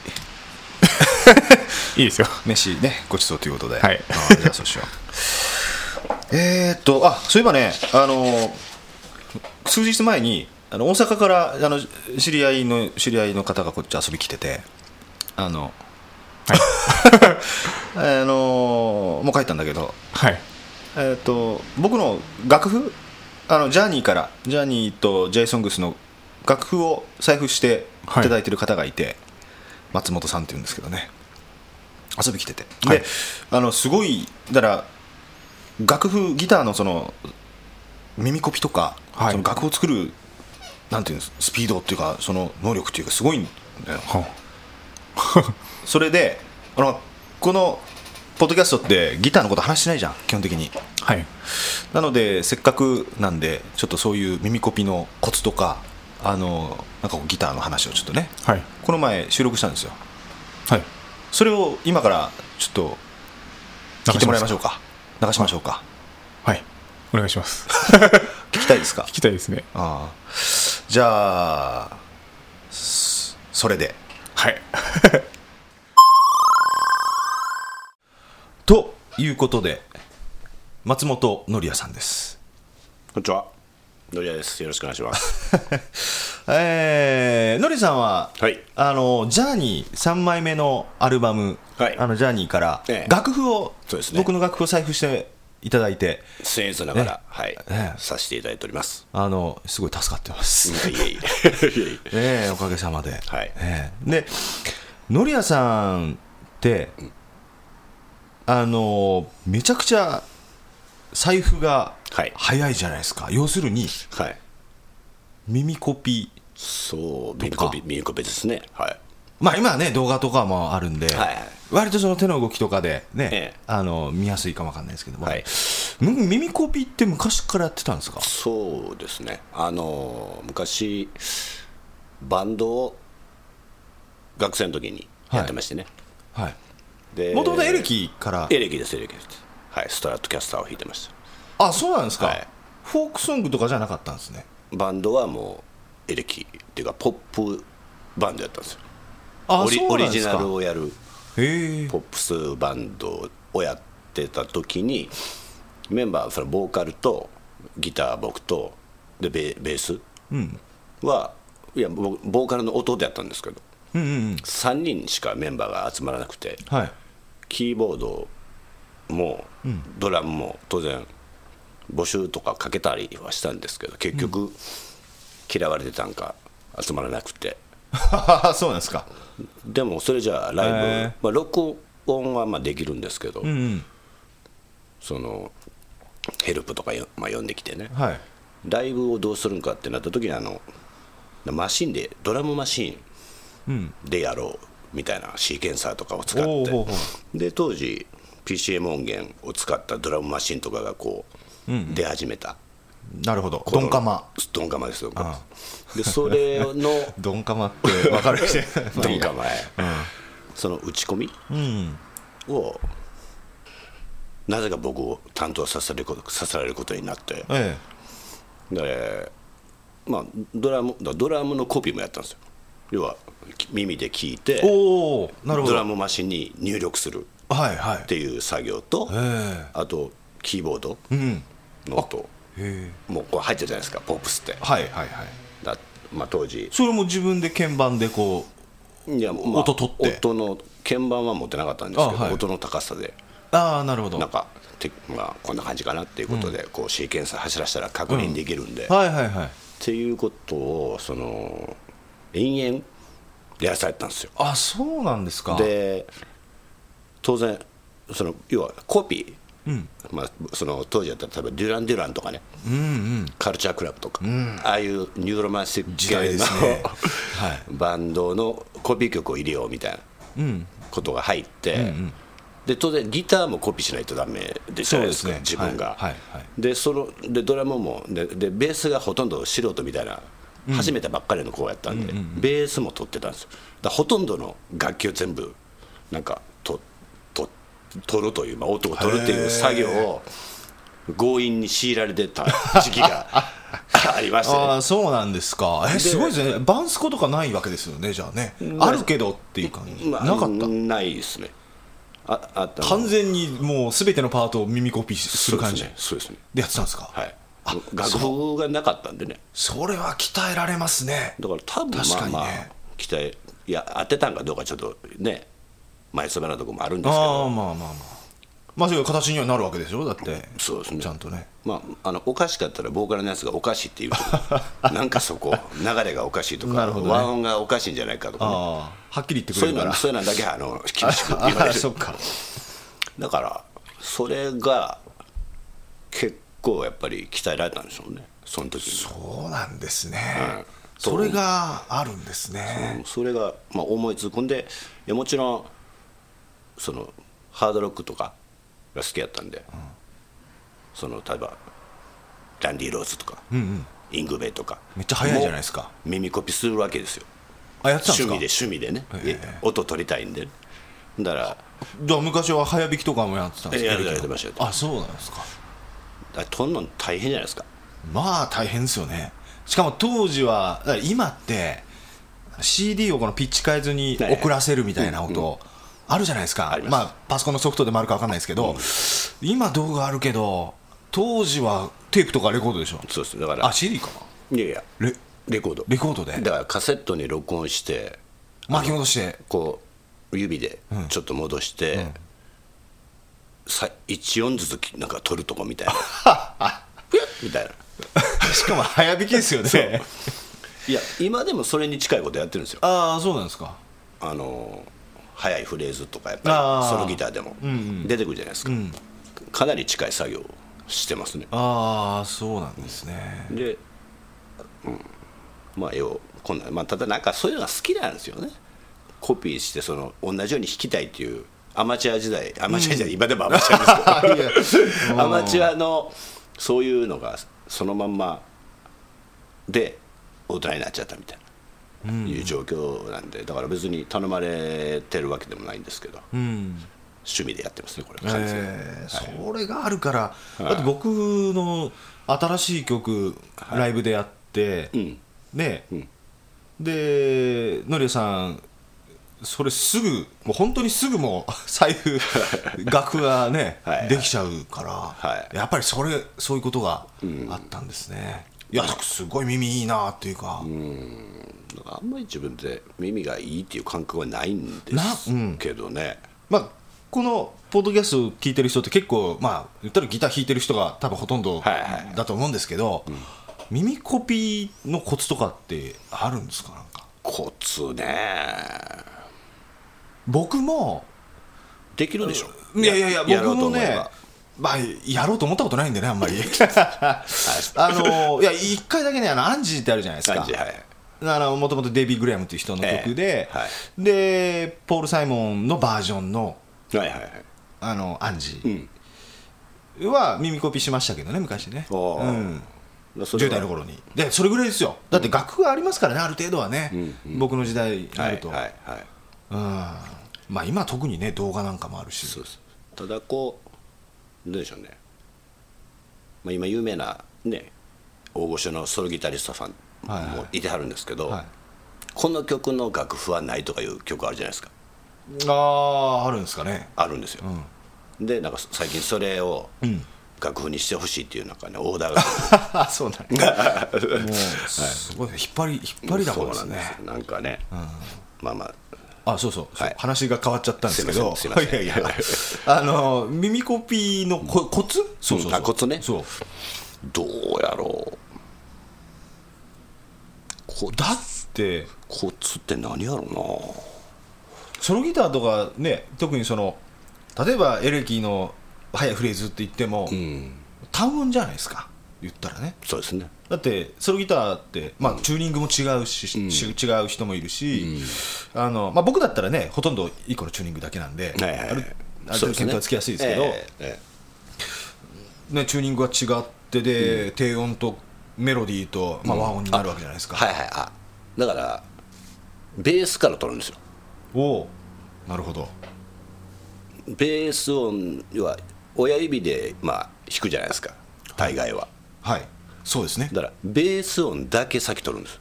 Speaker 3: いですよ
Speaker 2: 飯ねごちそうということで、
Speaker 3: はい
Speaker 2: ああじゃあそうしようえーっとあそういえばねあの数日前にあの大阪からあの知り合いの知り合いの方がこっち遊び来ててあの、 あのもう帰ったんだけど
Speaker 3: はい
Speaker 2: えー、と僕の楽譜あのジャーニーからジャーニーと j ソングスの楽譜を財布していただいてる方がいて、松本さんっていうんですけどね遊び来てて、
Speaker 3: はい
Speaker 2: であのすごいだから楽譜ギターのその耳コピとか、
Speaker 3: はい
Speaker 2: その楽譜を作るなんていうんですスピードっていうかその能力っていうかすごいんだよ
Speaker 3: は
Speaker 2: それであのこのポッドキャストってギターのこと話しないじゃん基本的に。
Speaker 3: い
Speaker 2: なのでせっかくなんでちょっとそういう耳コピのコツとかあのなんかこうギターの話をちょっとね
Speaker 3: はい
Speaker 2: この前収録したんですよ
Speaker 3: はい
Speaker 2: それを今からちょっと聞いてもらいましょうか流しましょうか
Speaker 3: はいお願いします
Speaker 2: 聞きたいですか
Speaker 3: 聞きたいですね
Speaker 2: ああじゃあそそれで
Speaker 3: はい
Speaker 2: ということで松本のりやさんです
Speaker 4: こんにちは。のりやです。よろしくお願い します。
Speaker 2: えー、のりさんは、
Speaker 4: はい
Speaker 2: あのジャーニー3枚目のアルバム、
Speaker 4: はい
Speaker 2: あのジャーニーから、
Speaker 4: ええ
Speaker 2: 楽譜を、
Speaker 4: そうですね
Speaker 2: 僕の楽譜を財布していただいて
Speaker 4: 僭越ながら
Speaker 2: ね、
Speaker 4: はい
Speaker 2: ね、
Speaker 4: させていただいております。
Speaker 2: あのす ごい助かってます、
Speaker 4: い
Speaker 2: ね
Speaker 4: えいえいえいえいえ。
Speaker 2: えおかげさまで、
Speaker 4: はい
Speaker 2: ねえでノリアさんって、あのめちゃくちゃ財布が
Speaker 4: はい
Speaker 2: 早いじゃないですか、要するに
Speaker 4: はい。
Speaker 2: 耳コピー
Speaker 4: そう、ミルコビ、ミルコビですね。はい。
Speaker 2: まあ今はね動画とかもあるんで、
Speaker 4: はいはい
Speaker 2: 割とその手の動きとかでね、
Speaker 4: ええ
Speaker 2: あの見やすいかもわかんないですけども、
Speaker 4: はい
Speaker 2: む耳コピって昔からやってたんですか
Speaker 4: そうですね。あのー、昔、バンドを学生の時にやってましてね。
Speaker 2: はい
Speaker 4: で
Speaker 2: もともとエレキから
Speaker 4: エレキです、エレキです。はい、ストラットキャスターを弾いてました。
Speaker 2: あそうなんですか、
Speaker 4: はい
Speaker 2: フォークソングとかじゃなかったんですね
Speaker 4: バンドはもう、エレキっていうか、ポップバンドやったんですよ。
Speaker 2: あ
Speaker 4: オリ
Speaker 2: そうな
Speaker 4: オ
Speaker 2: ん
Speaker 4: リ
Speaker 2: で
Speaker 4: ジ
Speaker 2: す
Speaker 4: ナ
Speaker 2: か
Speaker 4: ルをやる。
Speaker 2: へえ
Speaker 4: ポップスバンドをやってた時にメンバーそれボーカルとギター僕とでベベースはいやボボーカルの弟やったんですけど
Speaker 2: うんうんうん
Speaker 4: 3人しかメンバーが集まらなくて
Speaker 2: はい
Speaker 4: キーボードもドラムも当然募集とかかけたりはしたんですけど結局嫌われてたんか集まらなくて。
Speaker 2: あそうなんですか
Speaker 4: でもそれじゃあライブ、
Speaker 2: へー
Speaker 4: まあ、録音はまあできるんですけど、
Speaker 2: うん
Speaker 4: そのヘルプとかよ、まあ、呼んできてね、
Speaker 2: うんはい
Speaker 4: ライブをどうするんかってなった時にあのマシンでドラムマシンでやろうみたいなシーケンサーとかを使って、
Speaker 2: おうほうほ
Speaker 4: で当時 PCM 音源を使ったドラムマシンとかがこう出始めた、
Speaker 2: なるほどドンカマ
Speaker 4: ドンカマですよでそれの
Speaker 2: ドンカマって分かる し
Speaker 4: ドンカマへ、その打ち込み、
Speaker 2: うん
Speaker 4: をなぜか僕を担当させることさせられることになって
Speaker 2: え
Speaker 4: で、まあ、ドラムだドラムのコピーもやったんですよ要はき耳で聞い
Speaker 2: え
Speaker 4: て
Speaker 2: おおなるほど
Speaker 4: ドラムマシンに入力する
Speaker 2: はいはい
Speaker 4: っていう作業と、
Speaker 2: え
Speaker 4: あとキーボード
Speaker 2: えうん
Speaker 4: の音
Speaker 2: へえ
Speaker 4: もうこう入ってるじゃないですかポップスって
Speaker 2: はいはいはい
Speaker 4: だ、まあ、当時
Speaker 2: それも自分で鍵盤でこ
Speaker 4: いや、まあ
Speaker 2: 音取って
Speaker 4: 音の鍵盤は持ってなかったんですけど、
Speaker 2: あはい
Speaker 4: 音の高さで
Speaker 2: うああなるほど
Speaker 4: なんかて、まあ、こんな感じかなっていうことで、こうシーケンサー走らせたら確認できるんで、っ
Speaker 2: はいはいはい
Speaker 4: ていうことをその延々でやらされてたんですよ
Speaker 2: あそうなんですか
Speaker 4: で当然その要はコピーまあ、その当時だったら例えばデュラン・デュランとかね、カルチャークラブとか、ああいうニューロマンス
Speaker 2: 時代
Speaker 4: 系
Speaker 2: で
Speaker 4: の、
Speaker 2: す ねはい
Speaker 4: バンドのコピー曲を入れようみたいなことが入って、で当然ギターもコピーしないとダメでじゃないですか
Speaker 2: そうです
Speaker 4: 自
Speaker 2: ね
Speaker 4: 分が、
Speaker 2: はいはいはい
Speaker 4: でそのでドラムもででベースがほとんど素人みたいな初めてばっかりの子やったんで、ベースも取ってたんですよだからほとんどの楽器を全部なんかとと取るという、まあ、音を取るっていう作業を強引に強いられてた時 期がありましたね
Speaker 2: ああそうなんですかえすごいですねバンスコとかないわけですよねじゃあねあるけどっていう感じ、
Speaker 4: まあ
Speaker 2: なかった
Speaker 4: ないですねああった
Speaker 2: 完全にもうすべてのパートを耳コピーする感じ
Speaker 4: そうですねそうですね
Speaker 2: でやってたんですか
Speaker 4: はい楽譜がなかったんでね
Speaker 2: それは鍛えられますね
Speaker 4: だから多分
Speaker 2: 確
Speaker 4: ま
Speaker 2: か
Speaker 4: あ
Speaker 2: にね
Speaker 4: まあ期待いや当てたんかどうかちょっとね前詰めなとこもあるんですけ
Speaker 2: ああ
Speaker 4: ど
Speaker 2: まあまあまあまあそういう形にはなるわけでしょだって
Speaker 4: そうですね
Speaker 2: ちゃんとね
Speaker 4: まあ、あのおかしかったらボーカルのやつがおかしいって言う けどなんかそこ流れがおかしいと
Speaker 2: な
Speaker 4: か、
Speaker 2: るほどね
Speaker 4: 和音がおかしいんじゃないかとか、ね、
Speaker 2: ああはっきり言ってく
Speaker 4: そう
Speaker 2: れ
Speaker 4: い
Speaker 2: る
Speaker 4: う
Speaker 2: か
Speaker 4: の
Speaker 2: ら
Speaker 4: そういうのだけあの厳しく言わ
Speaker 2: あ
Speaker 4: れ
Speaker 2: あ
Speaker 4: る
Speaker 2: そっか
Speaker 4: だからそれが結構やっぱり鍛えられたんでしょうねその時に
Speaker 2: そうなんですね、
Speaker 4: うん
Speaker 2: それがあるんですね
Speaker 4: それが、まあ、思いつくんでいやもちろんそのハードロックとかが好きやったんで、その例えばランディ・ローズとか、イングベイとか
Speaker 2: めっちゃ早いじゃないですか
Speaker 4: もう耳コピするわけですよ
Speaker 2: あやってたん
Speaker 4: 趣
Speaker 2: ですか
Speaker 4: 味で趣味でね、
Speaker 2: ええ
Speaker 4: 音取りたいんでだから
Speaker 2: じゃあ昔は早弾きとかもやってたんですか
Speaker 4: えやってたやってましたやって
Speaker 2: あそうなんですか
Speaker 4: だから取るの大変じゃないですか
Speaker 2: まあ大変ですよねしかも当時はだから今って CD をこのピッチ変えずに
Speaker 4: はい
Speaker 2: 送らせるみたいなことあるじゃないですか、
Speaker 4: あります
Speaker 2: まあ、パソコンのソフトでもあるか分かんないですけど、今動画あるけど当時はテープとかレコードでしょ
Speaker 4: そうですだから
Speaker 2: あ CD か
Speaker 4: いやいや
Speaker 2: レ
Speaker 4: レコード
Speaker 2: レコードで
Speaker 4: だからカセットに録音して
Speaker 2: 巻き戻して
Speaker 4: こう指でちょっと戻して、さ1音ずつきなんか取るとこみ たいなふやっみたいな
Speaker 2: しかも早弾きですよね
Speaker 4: いや今でもそれに近いことやってるんですよ
Speaker 2: ああそうなんですか
Speaker 4: あのー速いフレーズとかやっ
Speaker 2: あ
Speaker 4: ぱ
Speaker 2: ー
Speaker 4: りソロギターでも出てくるじゃないですか、かなり近い作業をしてますね
Speaker 2: ああそうなんです ね
Speaker 4: で、うん、まあようこんな、まあ、ただなんかそういうのが好きなんですよねコピーしてその同じように弾きたいっていうアマチュア時代アマチュア時代、今でもアマチュアですけどアマチュアのそういうのがそのまんまで大人になっちゃったみたいな、いう状況なんでだから別に頼まれてるわけでもないんですけど、
Speaker 2: うん
Speaker 4: 趣味でやってますねこれ完全に、
Speaker 2: えーそれがあるから、だって僕の新しい曲、ライブでやって、
Speaker 4: うん
Speaker 2: ね
Speaker 4: うん
Speaker 2: でのりえさんそれすぐもう本当にすぐも う財布額がね
Speaker 4: はいはい
Speaker 2: できちゃうから、
Speaker 4: はい
Speaker 2: やっぱりそれそういうことがあったんですね、いやすごい耳いいなっていうか、
Speaker 4: だからあんまり自分で耳がいいっていう感覚はないんで
Speaker 2: な
Speaker 4: す
Speaker 2: うん
Speaker 4: けどね、
Speaker 2: まあ、このポッドキャストを聞いてる人って結構、まあ、言ったらギター弾いてる人が多分ほとんど
Speaker 4: はいはい
Speaker 2: だと思うんですけど、耳コピーのコツとかってあるんですかなんか
Speaker 4: コツね
Speaker 2: 僕も
Speaker 4: できるでしょ
Speaker 2: いやいやいや
Speaker 4: ろ
Speaker 2: 僕
Speaker 4: うと
Speaker 2: も
Speaker 4: 思え
Speaker 2: ね
Speaker 4: ば
Speaker 2: まあ、やろうと思ったことないんでね、あん まり。あのいや一回だけね、あのアンジーってあるじゃないですか、
Speaker 4: 感じはい
Speaker 2: あのもともとデイビー・グレアムっていう人の曲で、
Speaker 4: ええはい
Speaker 2: でポール・サイモンのバージョンの
Speaker 4: はいはいはい
Speaker 2: あのアンジ
Speaker 4: う
Speaker 2: ー
Speaker 4: ん
Speaker 2: は耳コピーしましたけどね、昔ね。
Speaker 4: おー
Speaker 2: うん
Speaker 4: それは
Speaker 2: 10代の頃にでそれぐらいですよだって学区がありますからねある程度はね、僕の時代になると、
Speaker 4: はいはいはい
Speaker 2: うんまあ今は特にね動画なんかもあるし
Speaker 4: そうですただこうどうでしょうね、まあ、今有名なね大御所のソロギタリストさん
Speaker 2: はいはい
Speaker 4: もいてはるんですけど、
Speaker 2: はい
Speaker 4: この曲の楽譜はないとかいう曲あるじゃないですか
Speaker 2: あああるんですかね
Speaker 4: あるんですよ、でなんか最近それを楽譜にしてほしいっていうなんかねオーダーが
Speaker 2: あそうなん だもうすごい引っ張り引っ張りだこ
Speaker 4: そう
Speaker 2: です
Speaker 4: なん
Speaker 2: ね
Speaker 4: ですよなんかね、まあまあ
Speaker 2: あそうそう、そう
Speaker 4: はい
Speaker 2: 話が変わっちゃったんですけど
Speaker 4: すいませんすいませ ん
Speaker 2: い やいやあの耳コピーのココツそうそうそう
Speaker 4: あコツね
Speaker 2: そう
Speaker 4: どうやろうこ
Speaker 2: だって
Speaker 4: コツって何やろう
Speaker 2: ソロギターとかね特にその例えばエレキの速いフレーズって言っても、
Speaker 4: うん
Speaker 2: 単音じゃないですか言ったらね
Speaker 4: そうですね
Speaker 2: だってソロギターって、まあ、チューニングも違うし、し違う人もいるし、あのまあ、僕だったらねほとんど1個のチューニングだけなんで、
Speaker 4: はいはいはい
Speaker 2: あるある
Speaker 4: そ
Speaker 2: 程度
Speaker 4: うですね
Speaker 2: 見当はつきやすいですけど、
Speaker 4: えええ
Speaker 2: ね、チューニングが違ってで、低音とメロディーと、まあ、和音になるわけじゃないです
Speaker 4: え
Speaker 2: か、
Speaker 4: はいはいあだからベースから取るんですよ
Speaker 2: おうなるほど
Speaker 4: ベース音は親指でまあ弾くじゃないですか大概は
Speaker 2: はいそうですね
Speaker 4: だからベース音だけ先取るんです、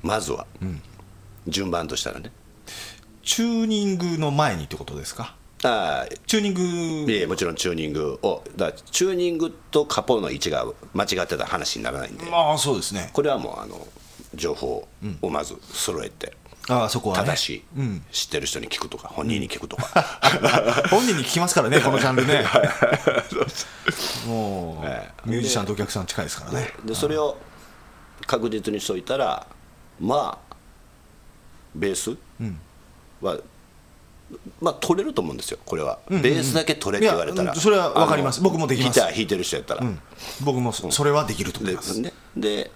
Speaker 4: まずは、順番としたらね
Speaker 2: チューニングの前にってことですか
Speaker 4: ああ
Speaker 2: チューニング
Speaker 4: いえもちろんチューニングをだからチューニングとカポの位置が間違ってたら話にならないんで
Speaker 2: まあそうですね
Speaker 4: これはもうあの情報をまず揃えて、
Speaker 2: ああそこは、ね、
Speaker 4: 正しい、知ってる人に聞くとか本人に聞くとか、
Speaker 2: 本人に聞きますから ね、このジャンルね。もう、
Speaker 4: ええ
Speaker 2: ミュージシャンとお客さん近いですからね。
Speaker 4: でそれを確実にしといたらまあベースは、まあ取れると思うんですよこれは、ベースだけ取れって言われた
Speaker 2: いや
Speaker 4: ら
Speaker 2: うんそれはわかります
Speaker 4: あの
Speaker 2: 僕もできます
Speaker 4: ギター弾いてる人やったら、
Speaker 2: 僕もそそれはできると思い
Speaker 4: で
Speaker 2: ます。
Speaker 4: ねで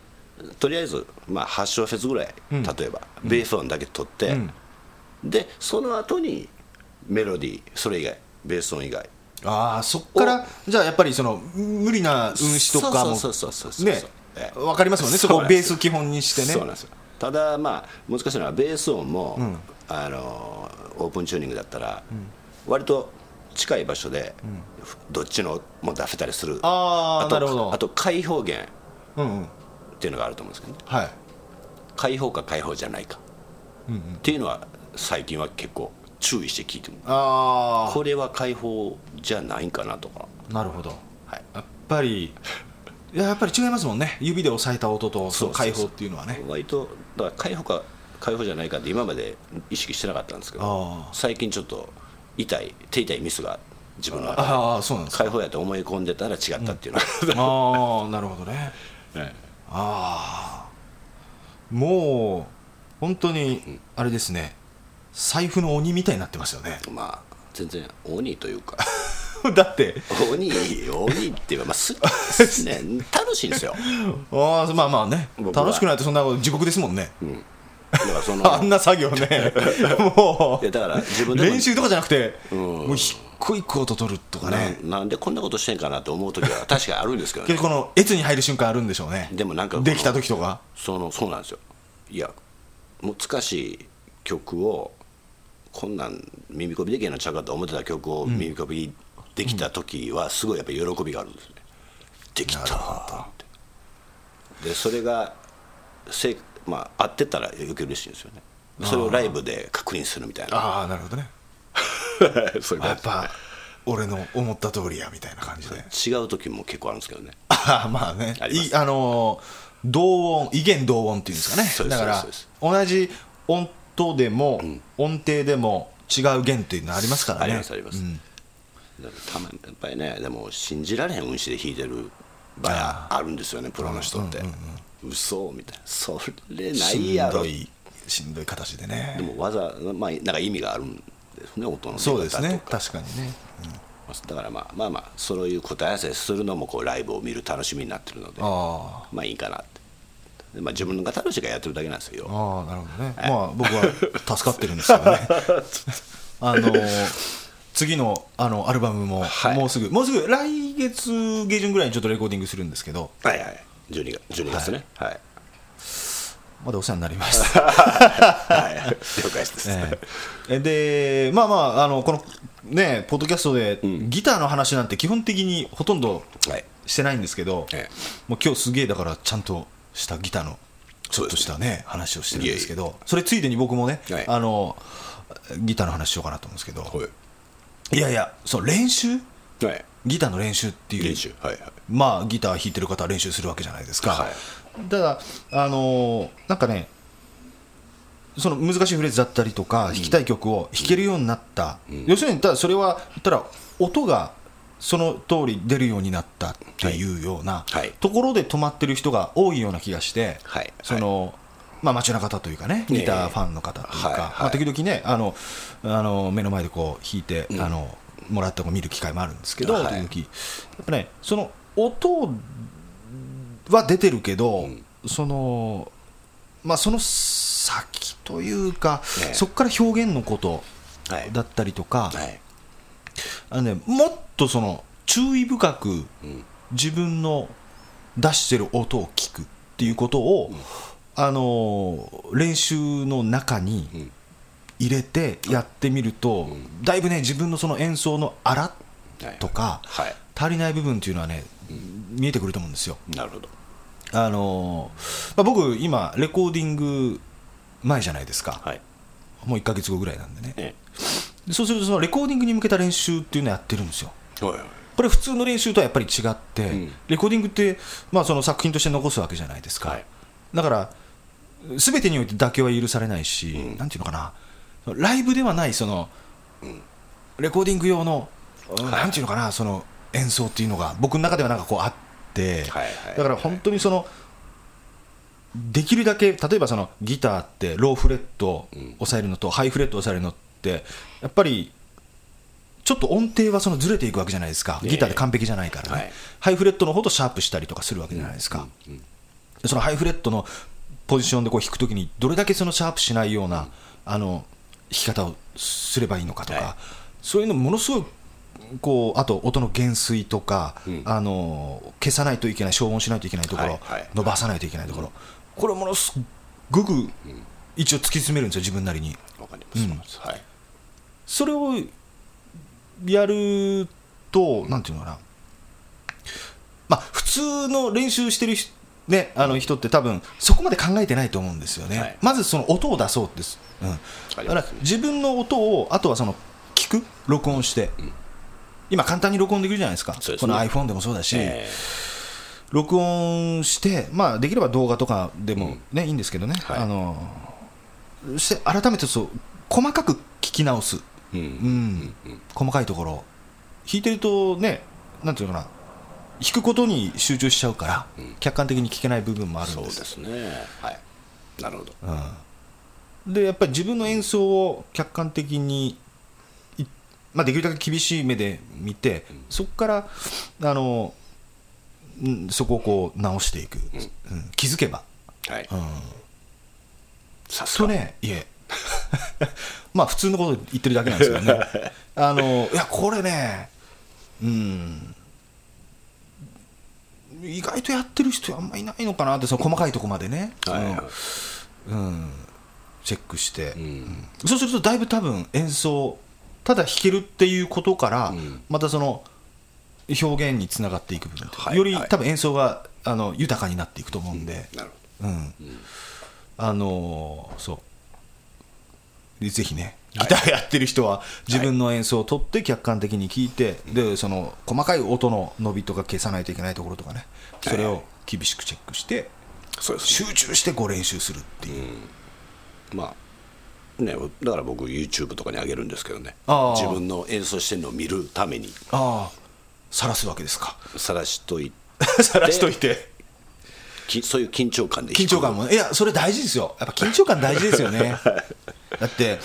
Speaker 4: とりあえず、まあ、8小節ぐらい、例えばベース音だけ取って、でその後にメロディーそれ以外ベース音以外
Speaker 2: ああ、そっから、じゃあやっぱりその無理な運指とかも、
Speaker 4: そうそうそうそうそう
Speaker 2: ね
Speaker 4: え、え
Speaker 2: わかりますもんね、そこ
Speaker 4: そう
Speaker 2: を
Speaker 4: なん
Speaker 2: ベ
Speaker 4: で
Speaker 2: ー
Speaker 4: す
Speaker 2: ス基本にして
Speaker 4: そうなん
Speaker 2: ね
Speaker 4: で。すよただまあ難しいのはベース音も、あのオープンチューニングだったら、割と近い場所で、どっちのも出せたりする
Speaker 2: ああ、
Speaker 4: と
Speaker 2: なるほど。
Speaker 4: あと解放弦っ
Speaker 2: うんうん。
Speaker 4: ていうのがあると思うんですけどね
Speaker 2: はい。
Speaker 4: 解放か解放じゃないか、っていうのは最近は結構注意して聞いても
Speaker 2: あ
Speaker 4: これは解放じゃないんかなとか、
Speaker 2: あ、なるほど。
Speaker 4: はい、
Speaker 2: やっぱり、いややっぱり違いますもんね、指で押さえた音と、そ
Speaker 4: そうそうそう
Speaker 2: の解放っていうのはね。
Speaker 4: 割とだから解放か解放じゃないかって今まで意識してなかったんですけど
Speaker 2: あー
Speaker 4: 最近ちょっと痛い手痛いミスが自分の中で
Speaker 2: ああ、そうなんですか。
Speaker 4: 解放やと思い込んでたら違ったっていうのが、
Speaker 2: ああなるほどね、
Speaker 4: ええ
Speaker 2: ああもう本当にあれですね財布の鬼みたいになってますよ ね
Speaker 4: まあ全然鬼というか
Speaker 2: だって
Speaker 4: 鬼鬼っていうかまあす、すね、楽しいんですよ
Speaker 2: ああまあまあね
Speaker 4: 僕は
Speaker 2: 楽しくないとそんなこと地獄ですもんね、
Speaker 4: だからそ の
Speaker 2: あんな作業 ねも
Speaker 4: いやだから自分
Speaker 2: う
Speaker 4: でも
Speaker 2: 練習とかじゃなくて、もう一個一個音取るとかね
Speaker 4: ななんでこんなことしてんかなと思う時は確かにあるんですけど、
Speaker 2: けどこ
Speaker 4: ね、
Speaker 2: の越に入る瞬間あるんでしょうね
Speaker 4: でもなんかこの
Speaker 2: できた時とか
Speaker 4: そのそうなんですよいや難しい曲をこんなん耳コピできへんのちゃうかと思ってた曲を耳コピできた時はすごいやっぱ喜びがあるんですね、できたってでそれがせ、まあ、合ってたら余計嬉しいんですよねそれをライブで確認するみたいな
Speaker 2: ああなるほどね
Speaker 4: そういう
Speaker 2: や
Speaker 4: 感
Speaker 2: っぱ俺の思った通りやみたいな感じで
Speaker 4: じ違う時も結構あるんですけどね
Speaker 2: ああまあね
Speaker 4: あります
Speaker 2: いあのー同音異元同音っていうんですかね
Speaker 4: そうです
Speaker 2: だから
Speaker 4: そうです
Speaker 2: 同じ音とでも、音程でも違う弦っていうのありますからね
Speaker 4: ありますあります
Speaker 2: うん
Speaker 4: だからたまやっぱりねでも信じられへん運指で弾いてる場合あるんですよねプロの人って、嘘みたいなそれな
Speaker 2: し
Speaker 4: い
Speaker 2: ん
Speaker 4: やろ
Speaker 2: どいしんどい形でね
Speaker 4: でもわざまあなんか意味があるんですね音の出方とか
Speaker 2: そうですね確かにね
Speaker 4: だからまあまあまあそういう答え合わせするのもこうライブを見る楽しみになってるので
Speaker 2: ああ
Speaker 4: まあいいかなってでまあ、自分が楽しいからやってるだけなんですよ
Speaker 2: ああなるほどねまあ僕は助かってるんですけ どねあのー次のあのアルバムも、
Speaker 4: はい
Speaker 2: もうすぐもうすぐ来月下旬ぐらいにちょっとレコーディングするんですけど
Speaker 4: はいはい12月 ,12 月ねはい、
Speaker 2: まだお世話になります
Speaker 4: はい了解です、
Speaker 2: ええで、まあまあ、あのこのね、ポッドキャストで、ギターの話なんて基本的にほとんど
Speaker 4: はい
Speaker 2: してないんですけど、
Speaker 4: ええ
Speaker 2: もう今日すげえだから、ちゃんとしたギターの、ちょっとしたね、話をしてるんですけど、それついでに僕もね、
Speaker 4: はい
Speaker 2: あの、ギターの話しようかなと思うんですけど、
Speaker 4: はい
Speaker 2: いやいや、その練習、
Speaker 4: はい
Speaker 2: ギターの練習っていう、
Speaker 4: 練習はいはい
Speaker 2: まあ、ギター弾いてる方は練習するわけじゃないですか、
Speaker 4: はい
Speaker 2: ただあのーなんかねその難しいフレーズだったりとか、弾きたい曲を弾けるようになった、要するにただそれは言ったら音がその通り出るようになったっていうような、
Speaker 4: はい
Speaker 2: ところで止まってる人が多いような気がして、
Speaker 4: はい
Speaker 2: そのまあ、街の方というかねギターファンの方というか、
Speaker 4: はいはい
Speaker 2: まあ、時々ねあのあの目の前でこう弾いて、あのもらったのを見る機会もあるんですけど、
Speaker 4: はい
Speaker 2: 時々やっぱねその音は出てるけど、そのまあその先というか、
Speaker 4: ええ
Speaker 2: そこから表現のこと
Speaker 4: はい
Speaker 2: だったりとか、
Speaker 4: はい
Speaker 2: あのね、もっとその注意深く自分の出してる音を聞くっていうことを、あのー練習の中に入れてやってみると、だいぶね自分のその演奏のあら
Speaker 4: はい
Speaker 2: とか、
Speaker 4: はい
Speaker 2: 足りない部分っていうのはね、見えてくると思うんですよ。
Speaker 4: なるほど
Speaker 2: あのーまあ、僕今レコーディング前じゃないですか、
Speaker 4: はい
Speaker 2: もう1ヶ月後ぐらいなんでね、
Speaker 4: え
Speaker 2: でそうするとそのレコーディングに向けた練習っていうのをやってるんですよ。
Speaker 4: えはいはい
Speaker 2: これ普通の練習とはやっぱり違って、
Speaker 4: ん
Speaker 2: レコーディングって、まあ、その作品として残すわけじゃないですか、
Speaker 4: はい
Speaker 2: だから全てにおいて妥協は許されないし、なんていうのかなライブではないその、レコーディング用の、なんていうのかなその演奏っていうのが僕の中ではなんかこうあって、
Speaker 4: はいはい
Speaker 2: だから本当にそのできるだけ例えばそのギターってローフレットを抑えるのとハイフレットを抑えるのってやっぱりちょっと音程はそのずれていくわけじゃないですか、
Speaker 4: ええ
Speaker 2: ギターで完璧じゃないからね、
Speaker 4: はい
Speaker 2: ハイフレットの方とシャープしたりとかするわけじゃないですか、そのハイフレットのポジションでこう弾くときに、どれだけそのシャープしないような、あの弾き方をすればいいのかとか、
Speaker 4: はい
Speaker 2: そういうの、ものすごいこう、あと音の減衰とか、あの、消さないといけない、消音しないといけないところ、
Speaker 4: はいはい
Speaker 2: 伸ばさないといけないところ、これ、ものすごく一応突き詰めるんですよ、自分なりに。
Speaker 4: わかります、
Speaker 2: うん
Speaker 4: はい
Speaker 2: それをやると、なんていうのかな、まあ、普通の練習してる人,、ね、あの人って、多分そこまで考えてないと思うんですよね、
Speaker 4: はい
Speaker 2: まずその音を出そうです、うん、だから自分の音を、あとはその聞く、録音して、今、簡単に録音できるじゃないですか、
Speaker 4: そうで
Speaker 2: こ
Speaker 4: すね
Speaker 2: の iPhone でもそうだし。
Speaker 4: え
Speaker 2: 録音して、まあ、できれば動画とかでも、ねいいんですけどね、
Speaker 4: はい
Speaker 2: あのして改めてそう細かく聞き直す、う
Speaker 4: え
Speaker 2: ん細かいところを弾いてるとねなんていうのかな弾くことに集中しちゃうから、客観的に聞けない部分もあるん
Speaker 4: そう
Speaker 2: で
Speaker 4: ですすねはいなるほど、
Speaker 2: でやっぱり自分の演奏を客観的にい、まあ、できるだけ厳しい目で見て、そこからあの、うん、そこをこう直していく、うん気づけば
Speaker 4: はい、さす
Speaker 2: と
Speaker 4: が
Speaker 2: ね、いえ、 まあ普通のこと言ってるだけなんですけど ね、あのいや、これね、うん、意外とやってる人あんまいないのかなって、その細かいとこまでね、
Speaker 4: はいはい
Speaker 2: そのうん、チェックして、
Speaker 4: うん
Speaker 2: そうするとだいぶ多分演奏、ただ弾けるっていうことから、
Speaker 4: ん
Speaker 2: またその表現につながっていく部分と、
Speaker 4: はい
Speaker 2: より
Speaker 4: はい
Speaker 2: 多分演奏があの豊かになっていくと思うんで。
Speaker 4: なる
Speaker 2: う
Speaker 4: ほ
Speaker 2: ん、あのーそうでぜひねギターやってる人は自分の演奏を取って客観的に聞いて、でその細かい音の伸びとか消さないといけないところとかねそれを厳しくチェックして
Speaker 4: どそうですね
Speaker 2: 集中してこう練習するっていう、
Speaker 4: まあねだから僕 YouTube とかに上げるんですけどね
Speaker 2: ああ
Speaker 4: 自分の演奏してるのを見るために
Speaker 2: ああさらすわけですか
Speaker 4: さらしとい
Speaker 2: さらしといて
Speaker 4: きそういう緊張感で
Speaker 2: 緊張感もねいやそれ大事ですよやっぱ緊張感大事ですよ ねだって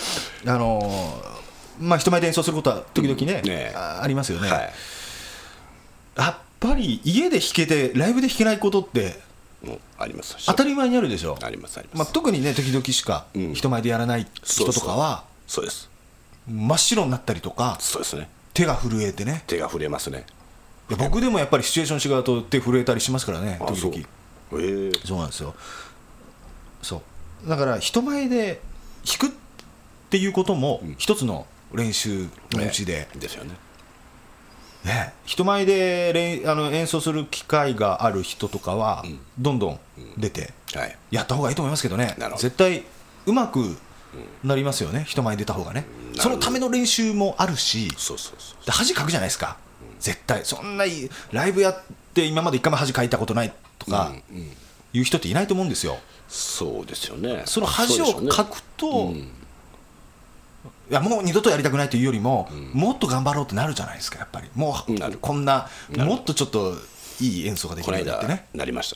Speaker 2: あのーまあ、人前で演奏することは時々ね,、
Speaker 4: うんねえ
Speaker 2: あありますよね、
Speaker 4: はい
Speaker 2: やっぱり家で弾けてライブで弾けないことって
Speaker 4: もうありますし
Speaker 2: 当たり前にあるでしょ
Speaker 4: ありますあります
Speaker 2: まあ、特にね時々しか
Speaker 4: ん
Speaker 2: 人前でやらない人とかは
Speaker 4: そうです
Speaker 2: 真っ白になったりとか
Speaker 4: そうですね
Speaker 2: 手が震えてね
Speaker 4: 手が震えますね
Speaker 2: いや僕でもやっぱりシチュエーション違うと手震えたりしますからね時
Speaker 4: そう
Speaker 2: 々
Speaker 4: ええ
Speaker 2: そうなんですよそうだから人前で弾くっていうことも一つの練習のうちで、
Speaker 4: ですよね
Speaker 2: ね、人前でれんあの演奏する機会がある人とかはどんどん出て、
Speaker 4: はい
Speaker 2: やった方がいいと思いますけどね
Speaker 4: なるほど
Speaker 2: 絶対うまくなりますよね人前に出た方がねそのための練習もあるし
Speaker 4: そうそうそう
Speaker 2: で恥かくじゃないですか絶対そんないライブやって今まで一回も恥かいたことないとかいう人っていないと思うんですよ
Speaker 4: そうですよね
Speaker 2: その恥
Speaker 4: そう
Speaker 2: を
Speaker 4: でしょ
Speaker 2: か
Speaker 4: うね
Speaker 2: くといやもう二度とやりたくないというよりももっと頑張ろうってなるじゃないですかやっぱりも
Speaker 4: なる
Speaker 2: うこんなもっとちょっといい演奏ができ
Speaker 4: こ
Speaker 2: る
Speaker 4: の
Speaker 2: ようになって
Speaker 4: 間
Speaker 2: ね
Speaker 4: なりまし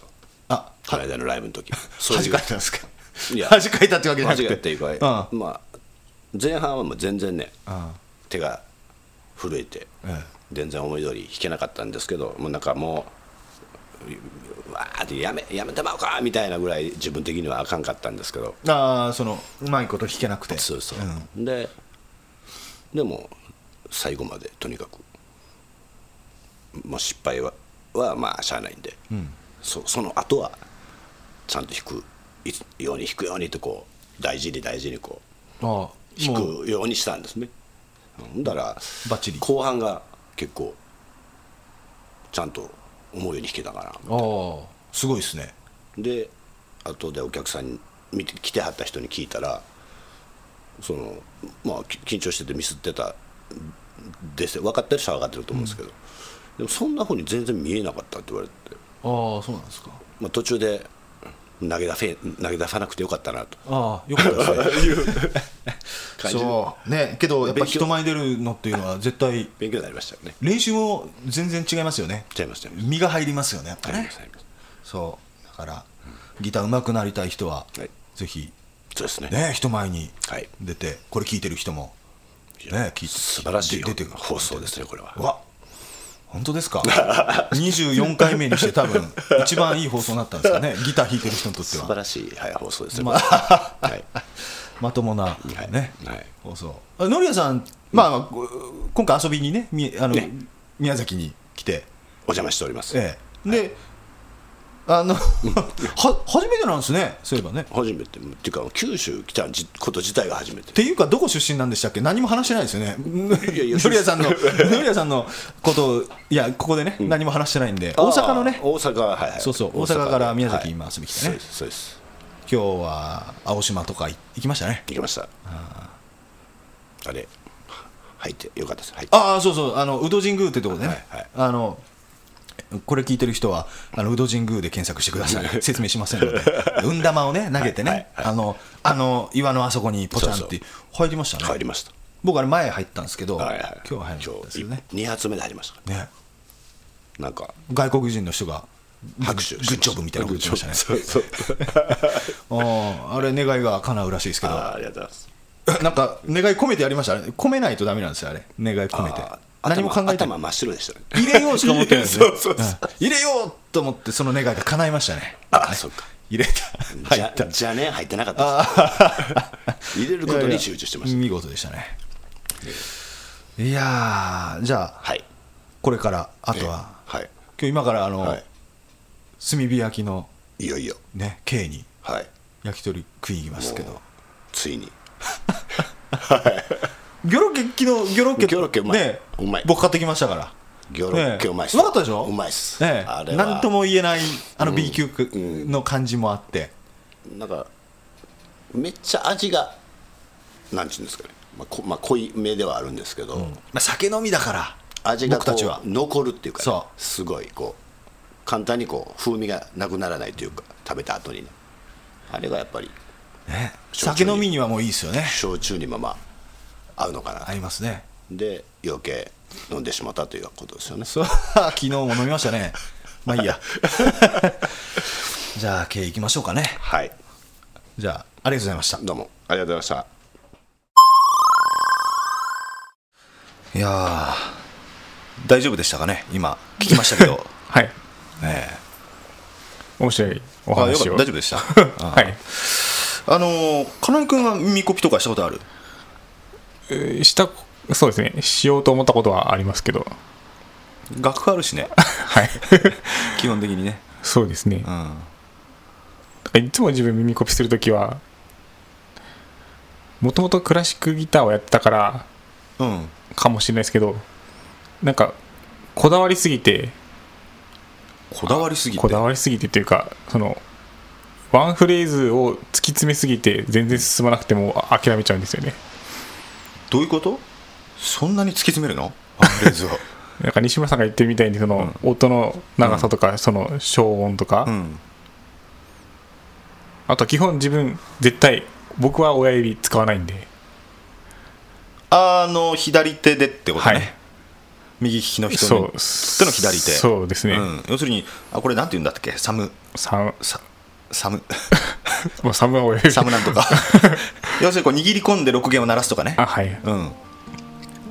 Speaker 4: た
Speaker 2: あ
Speaker 4: この間のライブの時そう
Speaker 2: 恥
Speaker 4: いう
Speaker 2: かいたんですか
Speaker 4: いや
Speaker 2: 恥かいたってわけじゃな
Speaker 4: 間
Speaker 2: くて
Speaker 4: 違っていうか、
Speaker 2: うん
Speaker 4: まあ、前半はもう全然ね、手が震えて、全然思い通り弾けなかったんですけどもうなんかもううわーってやめやめてまうかみたいなぐらい自分的にはあかんかったんですけど
Speaker 2: ああそのうまいこと弾けなくて
Speaker 4: そうそう、ででも最後までとにかくもう失敗ははまあしゃあないんで、そその後はちゃんと弾くいつように弾くようにってこう大事に大事にこ
Speaker 2: あ
Speaker 4: う弾くようにしたんですねほんだら
Speaker 2: バッチリ
Speaker 4: 後半が結構ちゃんと思うように弾けたかな
Speaker 2: ああすごいですね
Speaker 4: で後でお客さんに見て来てはった人に聞いたらそのまあき緊張しててミスってたです分かってる人は分かってると思うんですけど、でもそんなふうに全然見えなかったって言われて、
Speaker 2: ああそうなんですか
Speaker 4: まあ、途中で投げ出せ投げ出さなくてよかったな と
Speaker 2: ああよか ったですね
Speaker 4: 感じで
Speaker 2: そうねけどやっぱ人前に出るのっていうのは絶対
Speaker 4: 勉強になりましたよね
Speaker 2: 練習も全然違いますよね
Speaker 4: ちゃいましたよね
Speaker 2: 身が入りますよねやっぱ
Speaker 4: あり
Speaker 2: ね
Speaker 4: がとうございます
Speaker 2: そうだからギター上手くなりたい人は、
Speaker 4: はい
Speaker 2: ぜひ
Speaker 4: そうですね
Speaker 2: ね人前に
Speaker 4: はい
Speaker 2: 出てこれ聞いてる人も
Speaker 4: いや
Speaker 2: ね聞いて
Speaker 4: 素晴らしい
Speaker 2: で出てくる
Speaker 4: 放送ですねこれは
Speaker 2: うわ本当 ですか24回目にして多分一番いい放送になったんですか ねギター弾いてる人にとって
Speaker 4: 素晴
Speaker 2: は
Speaker 4: らしい、はい、放送ですね、
Speaker 2: ま
Speaker 4: これははい
Speaker 2: まともな
Speaker 4: はい
Speaker 2: ね、
Speaker 4: はい
Speaker 2: 放送あのりやさん、まあまあこ今回遊びにねみあの
Speaker 4: ね
Speaker 2: 宮崎に来て、
Speaker 4: お邪魔しております、
Speaker 2: ええで、あのは初めてなんですねそういえばねっ
Speaker 4: 初めてっていうか九州来たじこと自体が初めて
Speaker 2: ていうかどこ出身なんでしたっけ何も話してないですよねの
Speaker 4: いや いや
Speaker 2: りやさん ののりやさんのことをいやここでね、何も話してないんで
Speaker 4: あー
Speaker 2: 大阪のね
Speaker 4: 大阪はいはい
Speaker 2: そうそう大阪から宮崎今遊びに来てね
Speaker 4: はいそうですそうです
Speaker 2: 今日は青島とかい行きましたね
Speaker 4: 行きましたあれ入ってよかったですはい
Speaker 2: ああそうそうあの宇都神宮ってとこでね、
Speaker 4: はいはい
Speaker 2: あのこれ聞いてる人はあの宇都神宮で検索してください説明しませんので運玉をね投げてね、
Speaker 4: はいはい
Speaker 2: あのあの岩のあそこにポチャンって
Speaker 4: そう
Speaker 2: 入りましたね
Speaker 4: 入りました
Speaker 2: 僕あれ前入ったんですけど、
Speaker 4: はいはい
Speaker 2: 今日は入るんですよね
Speaker 4: 2発目で入りました
Speaker 2: ね
Speaker 4: なんか
Speaker 2: 外国人の人が
Speaker 4: 拍手
Speaker 2: グッグッジョブみたいなこと言ってましたね
Speaker 4: そうそう
Speaker 2: あーあれ願いが叶うらしいですけど
Speaker 4: あーありがとうございま す
Speaker 2: なんか願い込めてやりましたあれ込めないとダメなんですよあれ願い込めて
Speaker 4: あー
Speaker 2: 何も考えてない
Speaker 4: 頭頭真っ白でしたね
Speaker 2: 入れようしか思ってないですね
Speaker 4: そうそう
Speaker 2: う
Speaker 4: そう
Speaker 2: ん入れようと思ってその願いが叶いましたね
Speaker 4: あそっか
Speaker 2: 入れた
Speaker 4: じ
Speaker 2: 入
Speaker 4: ゃ
Speaker 2: った
Speaker 4: じゃね入ってなかったです入れることに集中してまし
Speaker 2: いや
Speaker 4: た
Speaker 2: いや見事でしたねいやーじゃあ
Speaker 4: はい
Speaker 2: これからあとは
Speaker 4: はい
Speaker 2: 今日今からあの、
Speaker 4: はい
Speaker 2: 炭火焼きの
Speaker 4: いよいよ
Speaker 2: ね K に
Speaker 4: はい
Speaker 2: 焼き鳥食いに行きますけど
Speaker 4: つ いに
Speaker 2: ギョロケ昨日ギョロケ
Speaker 4: ギョロケうまい
Speaker 2: ね
Speaker 4: うまい
Speaker 2: 僕買ってきましたから
Speaker 4: ギョロッケ
Speaker 2: ね
Speaker 4: うまいっす
Speaker 2: うまかったでしょ
Speaker 4: うまいっす
Speaker 2: ええ
Speaker 4: あれは
Speaker 2: なんとも言えないあの B 級の感じもあって、
Speaker 4: なんかめっちゃ味がなんていうんですかね、まあこまあ、濃いめではあるんですけど、
Speaker 2: まあ、酒飲みだから
Speaker 4: 味が
Speaker 2: 僕たち
Speaker 4: こ
Speaker 2: は
Speaker 4: う残るっていうか、ね
Speaker 2: そ
Speaker 4: すごいこう簡単にこう風味がなくならないというか食べた後にねあれがやっぱり
Speaker 2: ね、
Speaker 4: 焼
Speaker 2: 酒
Speaker 4: 酎に
Speaker 2: 飲みにはもういいですよね
Speaker 4: 焼酎にもまあ合うのかな、
Speaker 2: 合いますね
Speaker 4: で余計飲んでしまったということですよね
Speaker 2: そう 昨日も飲みましたねまあいいや じゃあ K 行きましょうかね
Speaker 4: はい
Speaker 2: じゃあありがとうございました
Speaker 4: どうもありがとうございました
Speaker 2: いやー大丈夫でしたかね今聞きましたけ ど
Speaker 3: はい
Speaker 2: ねえ
Speaker 3: 面白いお
Speaker 2: あよかっ
Speaker 3: 話
Speaker 2: た
Speaker 3: を
Speaker 2: 大丈夫でした
Speaker 3: はい
Speaker 2: あのー金井君は耳コピとかしたことある
Speaker 3: えーしたそうですねしようと思ったことはありますけど
Speaker 2: 学科あるしね
Speaker 3: はい
Speaker 2: 基本的にね
Speaker 3: そうですね
Speaker 2: うん
Speaker 3: いつも自分耳コピするときはもともとクラシックギターをやってたから
Speaker 2: うん
Speaker 3: かもしれないですけどなんかこだわりすぎて
Speaker 2: こだわりすぎて
Speaker 3: こだわりすぎてというかそのワンフレーズを突き詰めすぎて全然進まなくてもあ諦めちゃうんですよね
Speaker 2: どういうことそんなに突き詰めるのあフレー ズを
Speaker 3: なんか西村さんが言ってるみたいにその音の長さとかその消音とか、
Speaker 2: うん
Speaker 3: あと基本自分絶対僕は親指使わないんで、
Speaker 2: あの左手でってことね、
Speaker 3: はい
Speaker 2: 右利きの人
Speaker 3: そう
Speaker 2: にとっての左手
Speaker 3: そうですね、
Speaker 2: うん、要するにあこれなんて言うんだっけサム
Speaker 3: サム
Speaker 2: ササ ム
Speaker 3: まあサムは親指
Speaker 2: サムなんとか要するにこう握り込んで6弦を鳴らすとかね
Speaker 3: あはい
Speaker 2: うん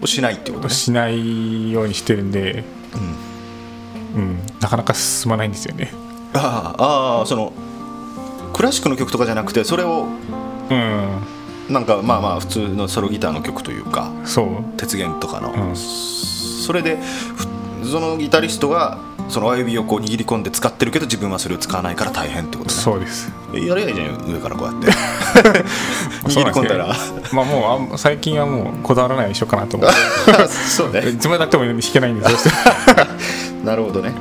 Speaker 2: しないってことね
Speaker 3: しないようにしてるんで、うんなかなか進まないんですよね
Speaker 2: ああああそのクラシックの曲とかじゃなくてそれを
Speaker 3: うん
Speaker 2: なんかまあまあ普通のソロギターの曲というか
Speaker 3: そう
Speaker 2: 鉄弦とかの、
Speaker 3: うん
Speaker 2: それでふそのギタリストがその親指をこう握り込んで使ってるけど自分はそれを使わないから大変ってこと
Speaker 3: そうです
Speaker 2: ねやれないじゃん上からこうや って握り込んだら
Speaker 3: そうなんですけどまあもうあんま最近はもうこだわらないようにしようかなと思って
Speaker 2: そうね
Speaker 3: いつまでたっても弾けないんでどうしても
Speaker 2: なるほどね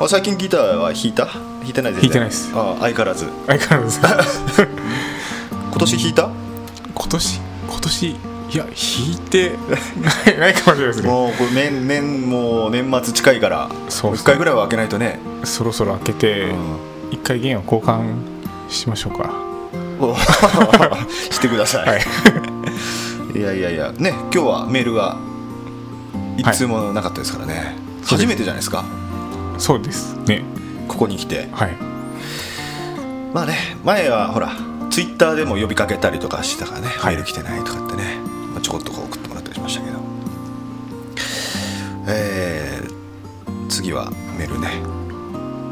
Speaker 2: あ最近ギターは弾いた弾いてないです
Speaker 3: 弾いてないです
Speaker 2: ああ相変わらず
Speaker 3: 相変わ らず
Speaker 2: 今年弾いた
Speaker 3: 今年今年いや弾いて ないないかもしれないですね
Speaker 2: もうこれ年年もう年末近いから
Speaker 3: そうですね
Speaker 2: 1回ぐらいは開けないとね
Speaker 3: そろそろ開けて
Speaker 2: うん
Speaker 3: 一回弦を交換しましょうか
Speaker 2: お してください、
Speaker 3: はい
Speaker 2: い、やいやいやね今日はメールが一通もなかったですからね、初めてじゃないですか
Speaker 3: そうですね
Speaker 2: ここに来て
Speaker 3: はい
Speaker 2: まあね前はほらツイッターでも呼びかけたりとかしてたからね、
Speaker 3: はい
Speaker 2: メール来てないとかってね、まあ、ちょこっとこう送ってもらったりしましたけどえー次はメールね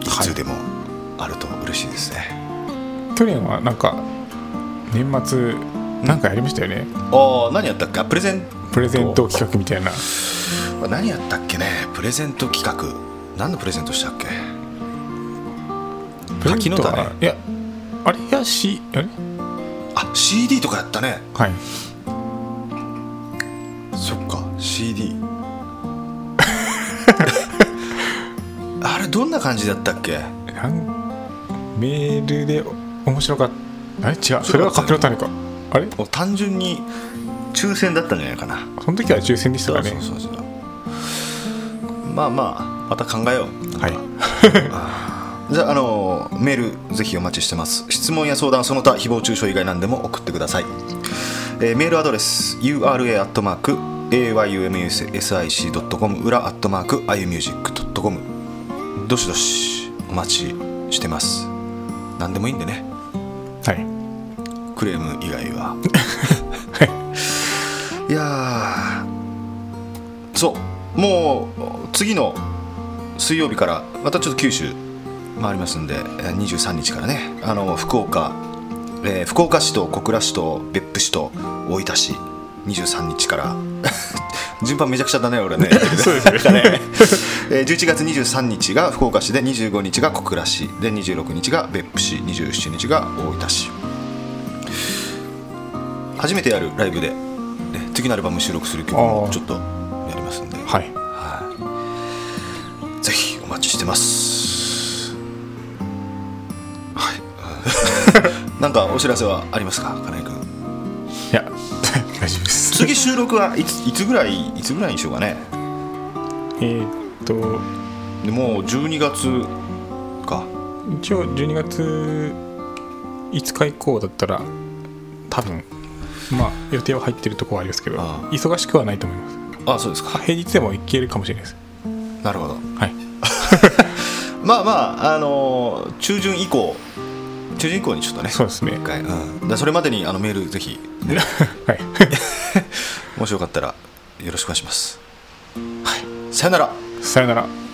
Speaker 2: いつでもあると嬉しいですね、
Speaker 3: 去年はなんか年末なんかやりましたよね、
Speaker 2: ああ何やったっけあプレゼン
Speaker 3: プレゼント企画みたいな
Speaker 2: 画何やったっけねプレゼント企画何のプレゼントしたっけ
Speaker 3: プレゼントは
Speaker 2: 柿の種
Speaker 3: いやあれいやしあれ
Speaker 2: あ CD とかやったね
Speaker 3: はい
Speaker 2: そっか CD あれどんな感じだったっけ
Speaker 3: なんメールで面白かったあれ違うそれは柿の種かあれ
Speaker 2: もう単純に抽選だったんじゃないかな
Speaker 3: その時は抽選でした
Speaker 2: そ
Speaker 3: か
Speaker 2: う
Speaker 3: ね
Speaker 2: そうそうそうまあまあまた考えよう
Speaker 3: はい
Speaker 2: じゃあ、あのメールぜひお待ちしてます質問や相談その他誹謗中傷以外何でも送ってください、えーメールアドレス ura.ayumsic.com 裏 .ayumusic.com どしどしお待ちしてます何でもいいんでね
Speaker 3: はい
Speaker 2: クレーム以外はいやーそうもう次の水曜日からまたちょっと九州回りますんでえー23日からねあの福岡、えー福岡市と小倉市と別府市と大分市23日から 順番めちゃくちゃだね俺ね
Speaker 3: そうですね
Speaker 2: えー11月23日が福岡市で25日が小倉市で26日が別府市27日が大分市初めてやるライブで、ね、次のアルバム収録する曲も
Speaker 3: あー
Speaker 2: ちょっとやりますんで、
Speaker 3: はい
Speaker 2: はいぜひお待ちしてますはい なんかお知らせはありますか金井君
Speaker 3: いや大丈夫です
Speaker 2: 次収録はいついつぐらいいつぐらいにしようかね
Speaker 3: えーっと
Speaker 2: でもう12月か
Speaker 3: 一応12月5日以降だったら多分まあ予定は入ってるとこはありますけど
Speaker 2: ああ
Speaker 3: 忙しくはないと思い
Speaker 2: あ
Speaker 3: ます
Speaker 2: そうですか
Speaker 3: あ平日でも行けるかもしれないです
Speaker 2: なるほど
Speaker 3: はい
Speaker 2: まあまあ、あのー中旬以降、中旬以降にちょっとね、
Speaker 3: そうですね
Speaker 2: 一回、うん、だからそれまでにあのメール、ぜひ、
Speaker 3: はい
Speaker 2: もしよかったらよろしくお願いします。はい、さよなら。
Speaker 3: さよなら